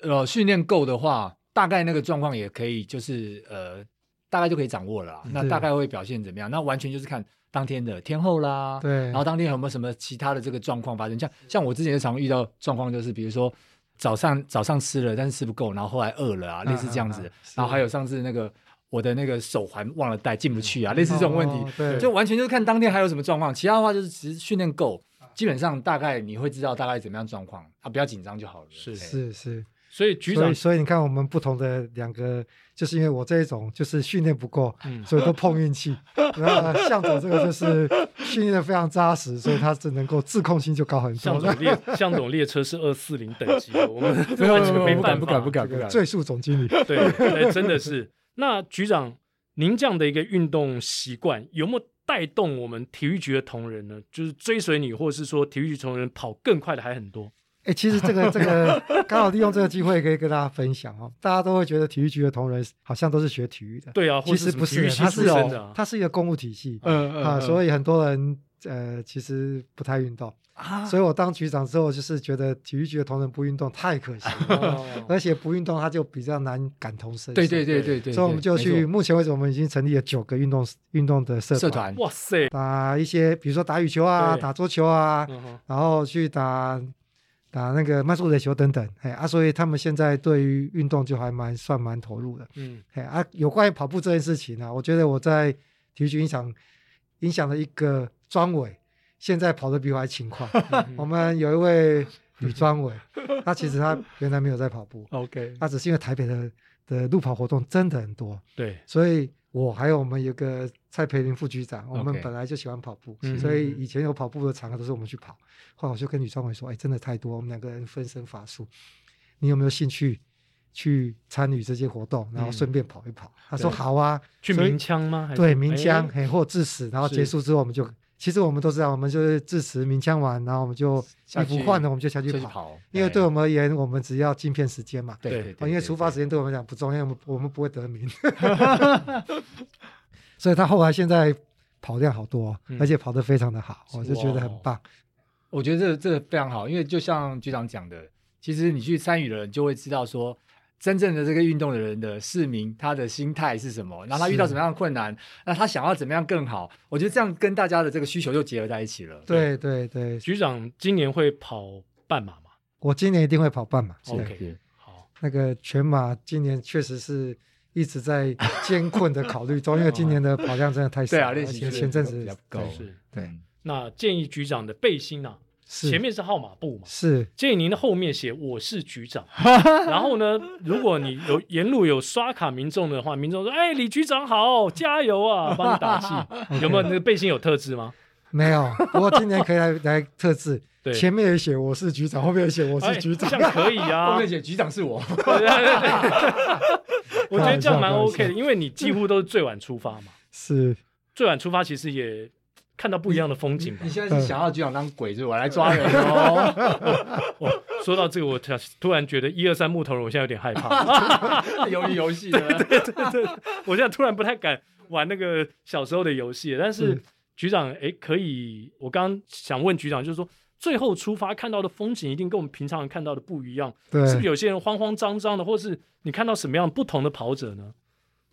Speaker 2: 呃训练够的话，大概那个状况也可以，就是呃大概就可以掌握了啦。那大概会表现怎么样？那完全就是看当天的天后啦，
Speaker 3: 对
Speaker 2: 然后当天有没有什么其他的这个状况发生？像像我之前就常遇到状况，就是比如说早上早上吃了，但是吃不够，然后后来饿了啊，类似这样子。
Speaker 3: 嗯嗯
Speaker 2: 然后还有上次那个。我的那个手环忘了带，进不去啊，类似这种问题，
Speaker 3: 哦对
Speaker 2: 就完全就是看当天还有什么状况。其他的话就是，其实训练够，
Speaker 3: 啊
Speaker 2: 基本上大概你会知道大概怎么样状况啊，不要紧张就好了。
Speaker 1: 是
Speaker 2: 哎
Speaker 3: 是是，
Speaker 1: 所以局
Speaker 3: 所
Speaker 1: 长
Speaker 3: 以，所以你看，我们不同的两个，就是因为我这一种就是训练不够，
Speaker 1: 嗯
Speaker 3: 所以都碰 运气。那向总这个就是训练的非常扎实，所以他只能够自控性就高很
Speaker 1: 向
Speaker 3: 多。
Speaker 1: 总列 向总列车是二四零等级 的，我们
Speaker 2: 没有
Speaker 1: 完
Speaker 2: 没
Speaker 1: 全
Speaker 2: 有
Speaker 1: 没
Speaker 2: 不
Speaker 1: 办
Speaker 2: 敢
Speaker 1: 法。
Speaker 2: 不敢不敢不
Speaker 3: 这个
Speaker 2: 敢。
Speaker 3: 最速总经理，
Speaker 1: 对，哎真的是。那局长，您这样的一个运动习惯，有没有带动我们体育局的同仁呢？就是追随你，或者是说体育局同仁跑更快的还很多？
Speaker 3: 哎，其实这个这个刚好利用这个机会可以跟大家分享哦。大家都会觉得体育局的同仁好像都是学体育的，
Speaker 1: 对啊，或
Speaker 3: 其
Speaker 1: 者
Speaker 3: 实
Speaker 1: 什么
Speaker 3: 不
Speaker 1: 体育
Speaker 3: 是，
Speaker 1: 系
Speaker 3: 它
Speaker 1: 出
Speaker 3: 是哦
Speaker 1: 身的
Speaker 3: 有
Speaker 1: 啊，
Speaker 3: 它是一个公务体系
Speaker 2: 嗯嗯
Speaker 3: 啊，所
Speaker 2: 以
Speaker 3: 以很多人呃其实不太运动。
Speaker 2: 啊
Speaker 3: 所以我当局长之后，就是觉得体育局的同仁不运动太可惜了，
Speaker 1: 哦
Speaker 3: 而且不运动他就比较难感同身受。
Speaker 2: 对对对对对，
Speaker 3: 所以我们就
Speaker 2: 没
Speaker 3: 去，
Speaker 2: 错
Speaker 3: 目前为止我们已经成立了九个运动运动的社
Speaker 2: 社。团，
Speaker 1: 哇塞，
Speaker 3: 打一些，比如说打羽球啊，
Speaker 1: 对
Speaker 3: 打桌球啊，
Speaker 1: 嗯哼
Speaker 3: 然后去打打那个慢速垒球等等，哎啊，所以他们现在对于运动就还蛮算蛮投入的，
Speaker 1: 嗯，
Speaker 3: 哎啊，有关于跑步啊这件事情呢、我觉得我在体育局影响影响了一个专委，现在跑得比我还勤快。
Speaker 1: 嗯
Speaker 3: 我们有一位女专委，她其实她原来没有在跑步，
Speaker 1: OK，
Speaker 3: 她只是因为台北的的路跑活动真的很多，
Speaker 1: 对，
Speaker 3: 所以我还有我们有个蔡培林副局长，我们
Speaker 4: OK
Speaker 3: 本来就喜欢跑步
Speaker 1: 嗯
Speaker 3: 所以以前有跑步的场合都是我们去跑。后来我就跟女专委说：“哎，真的太多，我们两个人分身乏术，你有没有兴趣去参与这些活动，然后
Speaker 1: 嗯
Speaker 3: 顺便跑一跑？”她说：“
Speaker 1: 对
Speaker 3: 好啊。”
Speaker 1: 去
Speaker 3: 所以
Speaker 1: 鸣枪吗？还是
Speaker 3: 对鸣
Speaker 1: 哎
Speaker 3: 枪，哎，或致死，然后
Speaker 1: 是
Speaker 3: 结束之后我们就，其实我们都知道，我们就是致死鸣枪完，然后我们就
Speaker 2: 下
Speaker 3: 衣服
Speaker 2: 去
Speaker 3: 换了，我们就下去
Speaker 2: 就去
Speaker 3: 跑。
Speaker 2: 跑，
Speaker 3: 因为对我们而言，我们只要镜片时间嘛，
Speaker 1: 哎对
Speaker 4: 对
Speaker 1: 对
Speaker 3: 哦
Speaker 4: 对，
Speaker 3: 因为
Speaker 4: 对
Speaker 3: 出发时间对我们来讲不重要，我们我们不会得名。所以他后来现在跑量好多，哦
Speaker 1: 嗯
Speaker 3: 而且跑得非常的好，哦我就觉得很
Speaker 2: 哇
Speaker 3: 棒。
Speaker 2: 我觉得这这非常好，因为就像局长讲的，其实你去参与的人就会知道说，真正的这个运动的人的市民他的心态是什么，然后他遇到
Speaker 3: 是
Speaker 2: 什么样的困难，那他想要怎么样更好。我觉得这样跟大家的这个需求就结合在一起了。
Speaker 3: 对对对，
Speaker 1: 局长今年会跑半马吗
Speaker 3: 我今年一定会跑半马。
Speaker 1: 是
Speaker 3: 对
Speaker 1: OK
Speaker 4: 是
Speaker 1: 好，
Speaker 3: 那个全马今年确实是一直在艰困的考虑中，因为今年的跑量真的太少
Speaker 2: 对
Speaker 3: 了，
Speaker 2: 啊，
Speaker 3: 而
Speaker 2: 练习
Speaker 3: 且
Speaker 2: 是
Speaker 3: 前阵
Speaker 2: 比较
Speaker 3: 子
Speaker 2: 不够。
Speaker 1: 是。
Speaker 3: 对
Speaker 2: 嗯，
Speaker 1: 那建议局长的背心啊，
Speaker 3: 是
Speaker 1: 前面是号码布嘛，
Speaker 3: 是
Speaker 1: 建议您的后面写我是局 长。然后呢，如果你有沿路有刷卡民众的话，民众说：“哎，李局长好，加油啊，帮你打 气。”有没有那个背心有特质吗？
Speaker 3: 没有，不过今年可以来来特制，
Speaker 1: 对，
Speaker 3: 前面也写我是局长，后面也写我
Speaker 1: 哎
Speaker 3: 是局长，
Speaker 1: 这样可以
Speaker 2: 后
Speaker 1: 啊。
Speaker 2: 面写局长是我，
Speaker 1: 对对对对我觉得这样蛮
Speaker 3: 开玩笑
Speaker 1: OK 的，因为你几乎都是最晚出发嘛，
Speaker 3: 嗯是
Speaker 1: 最晚出发其实也看到不一样的风景吧
Speaker 3: 嗯
Speaker 2: 你。现在是想要局长当鬼是吧？我来抓人哦！
Speaker 1: 说到这个，我突突然觉得一二三木头人，我现在有点害 怕。
Speaker 2: 鱿鱼游戏的，
Speaker 1: 我现在突然不太敢玩那个小时候的游戏了，但是
Speaker 3: 是
Speaker 1: 局长，哎，可以，我刚刚想问局长，就是说最后出发看到的风景一定跟我们平常人看到的不一样，
Speaker 3: 对，
Speaker 1: 是不是有些人慌慌张张的，或是你看到什么样不同的跑者呢？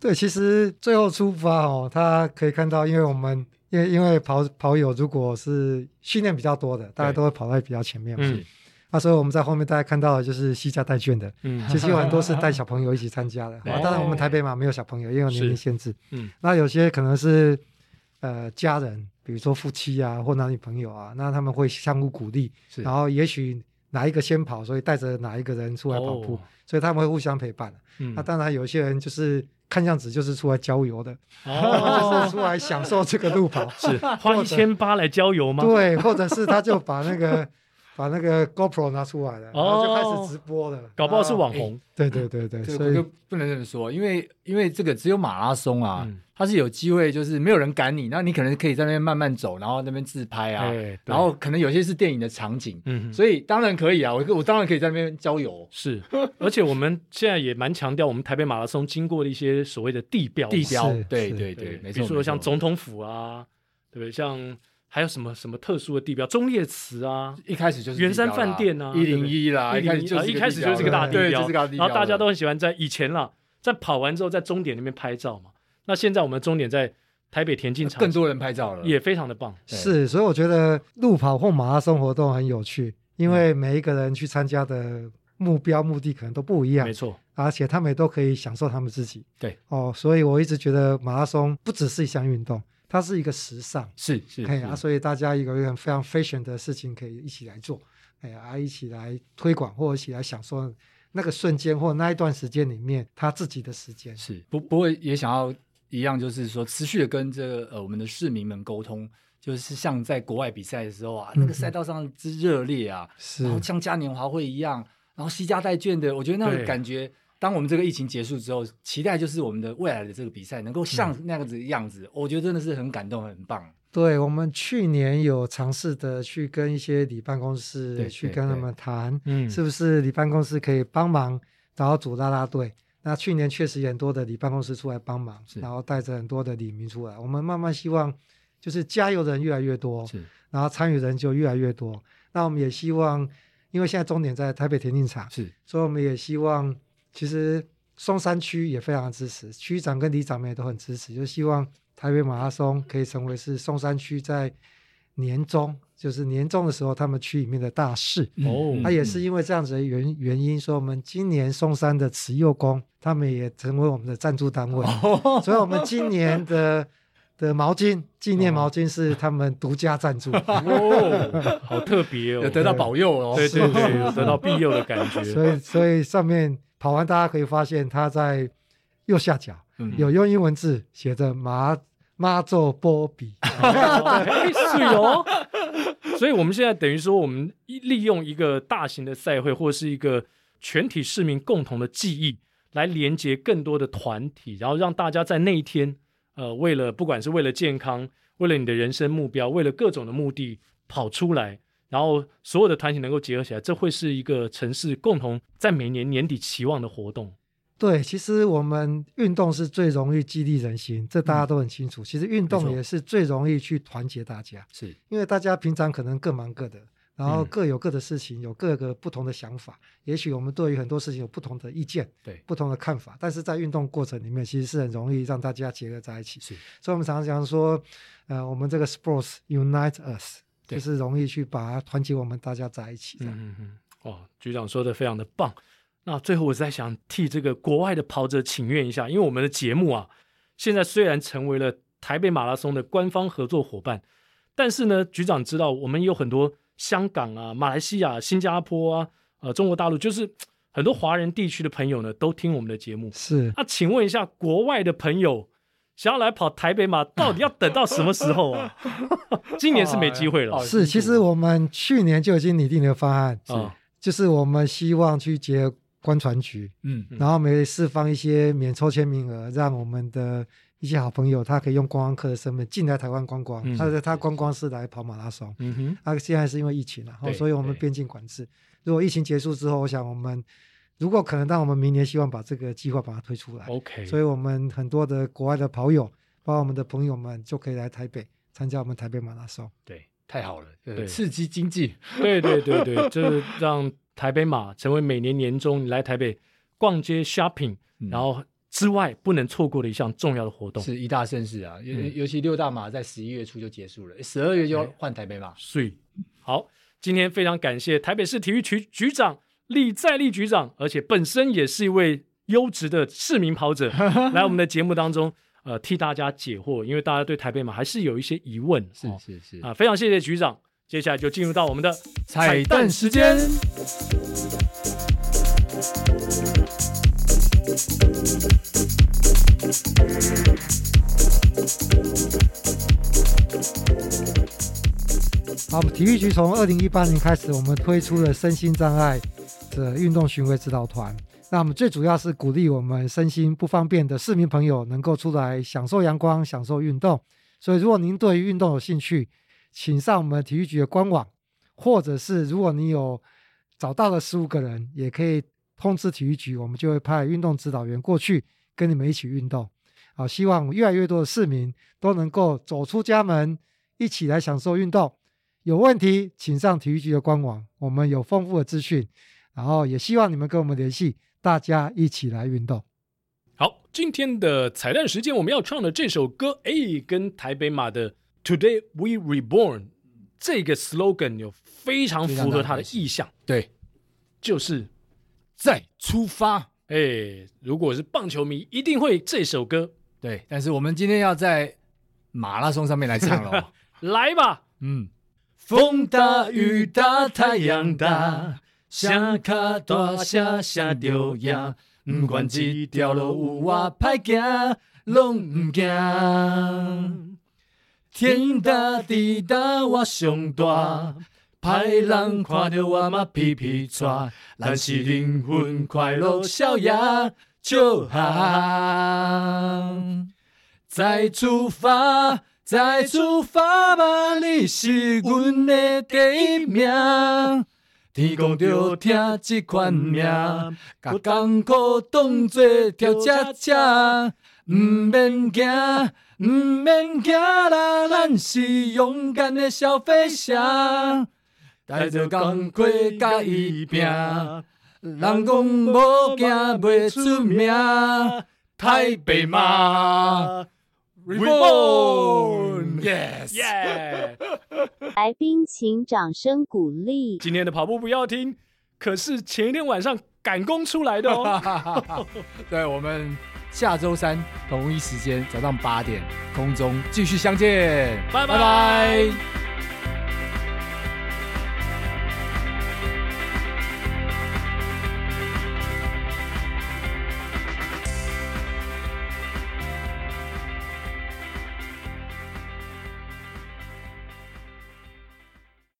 Speaker 3: 对，其实最后出发哦，他可以看到，因为我们因为因为跑跑友如果是训练比较多的，大家
Speaker 1: 对
Speaker 3: 都会跑在比较前面嘛。
Speaker 1: 嗯
Speaker 3: 那所以我们在后面大家看到的就是西家带 卷的，
Speaker 1: 嗯
Speaker 3: 其实有很 多是带小朋友一起参加的。
Speaker 2: 对
Speaker 3: 啊当然我们台北嘛没有小朋友，因为有年龄限制。
Speaker 1: 嗯，
Speaker 3: 那有些可能是呃家人，比如说夫妻啊或男女朋友啊，那他们会相互鼓励，
Speaker 2: 是
Speaker 3: 然后也许哪一个先跑，所以带着哪一个人出来跑步，
Speaker 1: 哦
Speaker 3: 所以他们会互相陪伴。啊
Speaker 1: 嗯
Speaker 3: 那当然，有一些人就是看样子就是出来郊游的，或者
Speaker 1: 哦
Speaker 3: 是出来享受这个路跑，
Speaker 1: 是花一千八来郊游 吗？
Speaker 3: 对，或者是他就把那个 把那个 GoPro 拿出来了，然后就开
Speaker 1: 哦
Speaker 3: 始直播了。
Speaker 1: 搞不
Speaker 2: 啊
Speaker 1: 好是网红。
Speaker 3: 对对对对，
Speaker 2: 嗯这
Speaker 3: 所
Speaker 2: 个就
Speaker 3: 以
Speaker 2: 不能这么说，因为因为这个只有马拉松啊，
Speaker 1: 嗯
Speaker 2: 它是有机会，就是没有人赶你，那你可能可以在那边慢慢走，然后那边自拍啊，
Speaker 1: 哎对
Speaker 2: 然后可能有些是电影的场景，
Speaker 1: 嗯，
Speaker 2: 所以当然可以啊，我我当然可以在那边郊游。
Speaker 1: 是，而且我们现在也蛮强调，我们台北马拉松经过的一些所谓的地标嘛，
Speaker 2: 地标
Speaker 3: 是，
Speaker 2: 对
Speaker 3: 是
Speaker 2: 对对，没
Speaker 1: 比
Speaker 2: 错。
Speaker 1: 如说像
Speaker 2: 中
Speaker 1: 总统府啊，对不对？像还有什么什么特殊的地标，忠烈祠啊，
Speaker 2: 一开始就是
Speaker 1: 圆山饭店啊
Speaker 2: 一零一啦，
Speaker 1: 一
Speaker 2: 一开始
Speaker 1: 零
Speaker 2: 就是
Speaker 1: 一开始就是个
Speaker 2: 个地
Speaker 1: 大
Speaker 2: 标
Speaker 1: 地
Speaker 2: 对，
Speaker 1: 标，
Speaker 2: 就是个地标
Speaker 1: 然后大家都很喜欢在以前啦，在跑完之后在终点那边拍照嘛。那现在我们终点在台北田径场，
Speaker 2: 更多人拍照了，
Speaker 1: 也非常的棒，
Speaker 2: 对
Speaker 3: 是，所以我觉得路跑或马拉松活动很有趣，因
Speaker 1: 嗯
Speaker 3: 为每一个人去参加的目标目的可能都不一样
Speaker 1: 没，错，
Speaker 3: 而且他们也都可以享受他们自己。
Speaker 2: 对
Speaker 3: 哦，所以我一直觉得马拉松不只是一项运动，它是一个时尚。
Speaker 2: 是是
Speaker 3: 可以啊，
Speaker 2: 是
Speaker 3: 所以大家有一个非常 fashion 的事情可以一起来做，哎呀，啊一起来推广或者一起来享受那个瞬间或那一段时间里面他自己的时间。
Speaker 2: 是，不不过也想要一样，就是说持续的跟这个呃我们的市民们沟通，就是像在国外比赛的时候啊，那
Speaker 3: 嗯
Speaker 2: 个
Speaker 3: 哼
Speaker 2: 赛道上之热烈啊，
Speaker 3: 是
Speaker 2: 然后像嘉年华会一样，然后西家带卷的，我觉得那
Speaker 1: 对
Speaker 2: 个感觉。当我们这个疫情结束之后，期待就是我们的未来的这个比赛能够像
Speaker 3: 嗯
Speaker 2: 那样子的样子，我觉得真的是很感动，很棒。
Speaker 3: 对，我们去年有尝试的去跟一些理办公室
Speaker 2: 对
Speaker 3: 去
Speaker 2: 对
Speaker 3: 跟他
Speaker 2: 对
Speaker 3: 们谈，
Speaker 1: 嗯
Speaker 3: 是不是理办公室可以帮忙，然后组啦啦队。那去年确实也很多的理办公室出来帮忙，
Speaker 2: 是
Speaker 3: 然后带着很多的理民出来。我们慢慢希望，就是加油的人越来越多，
Speaker 2: 是
Speaker 3: 然后参与人就越来越多。那我们也希望，因为现在终点在台北田径场，
Speaker 2: 是
Speaker 3: 所以我们也希望，其实松山区也非常支持，区长跟里长们也都很支持，就希望台北马拉松可以成为是松山区在年终，就是年终的时候他们区里面的大事。
Speaker 1: 哦
Speaker 2: 嗯
Speaker 3: 那、嗯也是因为这样子的原原因，所以我们今年松山的慈幼宫他们也成为我们的赞助单位，所以我们今年的的毛巾纪念毛巾是他们独家赞助，
Speaker 1: 哦，好特别哦，
Speaker 2: 有得到保佑哦。
Speaker 1: 对对对，有得到庇佑的感觉。
Speaker 3: 所以所以上面跑完大家可以发现它在右下角
Speaker 2: 嗯
Speaker 3: 有用英文字写着麻麻咒波 比，
Speaker 1: 哎是哦。所以我们现在等于说，我们一利用一个大型的赛会，或是一个全体市民共同的记忆，来连接更多的团体，然后让大家在那一天，呃，为了不管是为了健康，为了你的人生目标，为了各种的目的跑出来。然后所有的团体能够结合起来，这会是一个城市共同在每年年底期望的活动。
Speaker 3: 对，其实我们运动是最容易激励人心，这大家都很清楚。其实
Speaker 2: 嗯
Speaker 3: 运
Speaker 2: 没
Speaker 3: 动
Speaker 2: 错
Speaker 3: 也是最容易去团结大家，
Speaker 2: 是
Speaker 3: 因为大家平常可能各忙各的，然后
Speaker 1: 嗯
Speaker 3: 各有各的事情，有各个不同的想法。也许我们对于很多事情有不同的意见，
Speaker 2: 对
Speaker 3: 不同的看法，但是在运动过程里面，其实是很容易让大家结合在一起。
Speaker 2: 是，
Speaker 3: 所以我们常常讲说，呃，我们这个 sports unite us，
Speaker 2: 对
Speaker 3: 就是容易去把它团结我们大家在一起这样。
Speaker 1: 嗯嗯嗯，哇，局长说的非常的棒。那最后我在想替这个国外的跑者请愿一下，因为我们的节目啊，现在虽然成为了台北马拉松的官方合作伙伴，但是呢，局长知道我们有很多香港啊、马来西亚、新加坡啊、呃中国大陆，就是很多华人地区的朋友呢，都听我们的节目。
Speaker 3: 是，
Speaker 1: 那、请问一下，国外的朋友想要来跑台北马，到底要等到什么时候啊？今年是没机会了
Speaker 2: 哦
Speaker 1: 啊、
Speaker 3: 是，其实我们去年就已经拟定了方案，
Speaker 1: 哦
Speaker 3: 就是我们希望去结合观船局，
Speaker 2: 嗯
Speaker 1: 嗯
Speaker 3: 然后每释放一些免抽签名额，让我们的一些好朋友，他可以用观光客的身份进来台湾观光
Speaker 1: 嗯。
Speaker 3: 他的他观光是来跑马拉松，
Speaker 1: 嗯哼，
Speaker 3: 他现在是因为疫情了，哦
Speaker 2: 对
Speaker 3: 所以我们
Speaker 2: 对
Speaker 3: 边境管制。如果疫情结束之后，我想我们如果可能，但我们明年希望把这个计划把它推出来。
Speaker 1: OK，
Speaker 3: 所以我们很多的国外的跑友，包括我们的朋友们，就可以来台北参加我们台北马拉松。
Speaker 2: 对，太好了，呃
Speaker 1: 对
Speaker 2: 刺激经济，
Speaker 1: 对对对对，就是让台北马成为每年年中你来台北逛街 shopping，、
Speaker 2: 嗯
Speaker 1: 然后之外不能错过的一项重要的活动。
Speaker 2: 是一大盛事啊。尤
Speaker 1: 嗯
Speaker 2: 尤其六大马在十一月初就结束了，十二月就要换台北马。
Speaker 1: 所以好，今天非常感谢台北市体育局局长李在立局长，而且本身也是一位优质的市民跑 者，来我们的节目当中，呃，替大家解惑，因为大家对台北马还是有一些疑问。
Speaker 2: 是
Speaker 1: 哦
Speaker 2: 是是
Speaker 1: 啊、，非常谢谢局长。接下来就进入到我们的
Speaker 2: 彩蛋时间。
Speaker 3: 好，我们体育局从二零一八年开始，我们推出了身心障碍者运动巡回指导团。那我们最主要是鼓励我们身心不方便的市民朋友能够出来享受阳光、享受运动。所以，如果您对于运动有兴趣，请上我们体育局的官网，或者是如果你有找到了十五个人，也可以通知体育局，我们就会派运动指导员过去跟你们一起运动。好，希望越来越多的市民都能够走出家门，一起来享受运动。有问题请上体育局的官网，我们有丰富的资讯，然后也希望你们跟我们联系，大家一起来运动。
Speaker 1: 好，今天的彩蛋时间，我们要唱的这首歌，哎，跟台北马的 "Today We Reborn" 这个 slogan 有非常符合它的意象，
Speaker 2: 对，
Speaker 1: 就是，
Speaker 2: 再出发。
Speaker 1: 哎，如果是棒球迷，一定会这首歌，
Speaker 2: 对，但是我们今天要在马拉松上面来唱哦喽。
Speaker 1: 来吧，
Speaker 2: 嗯，风大雨大太阳大，声卡大声声着呀，不管这条路有偌歹行，拢毋惊。天大地大我上大，歹人看着我嘛皮皮喘，咱是灵魂快乐逍遥笑哈。再出发，再出发吧！你是阮的第一名。天公着疼这款命，甲艰苦当作跳恰恰，毋免惊，毋免惊啦，咱是勇敢的小飞侠，带着工课甲伊拼。人讲无惊袂出名，太白马
Speaker 1: Reborn！
Speaker 2: Yes，
Speaker 1: 耶、
Speaker 4: 来宾请掌声鼓励。
Speaker 1: 今天的跑步不要停，可是前一天晚上赶工出来的哦。
Speaker 2: 对我们下周三同一时间早上八点空中继续相见，
Speaker 1: 拜拜
Speaker 2: 拜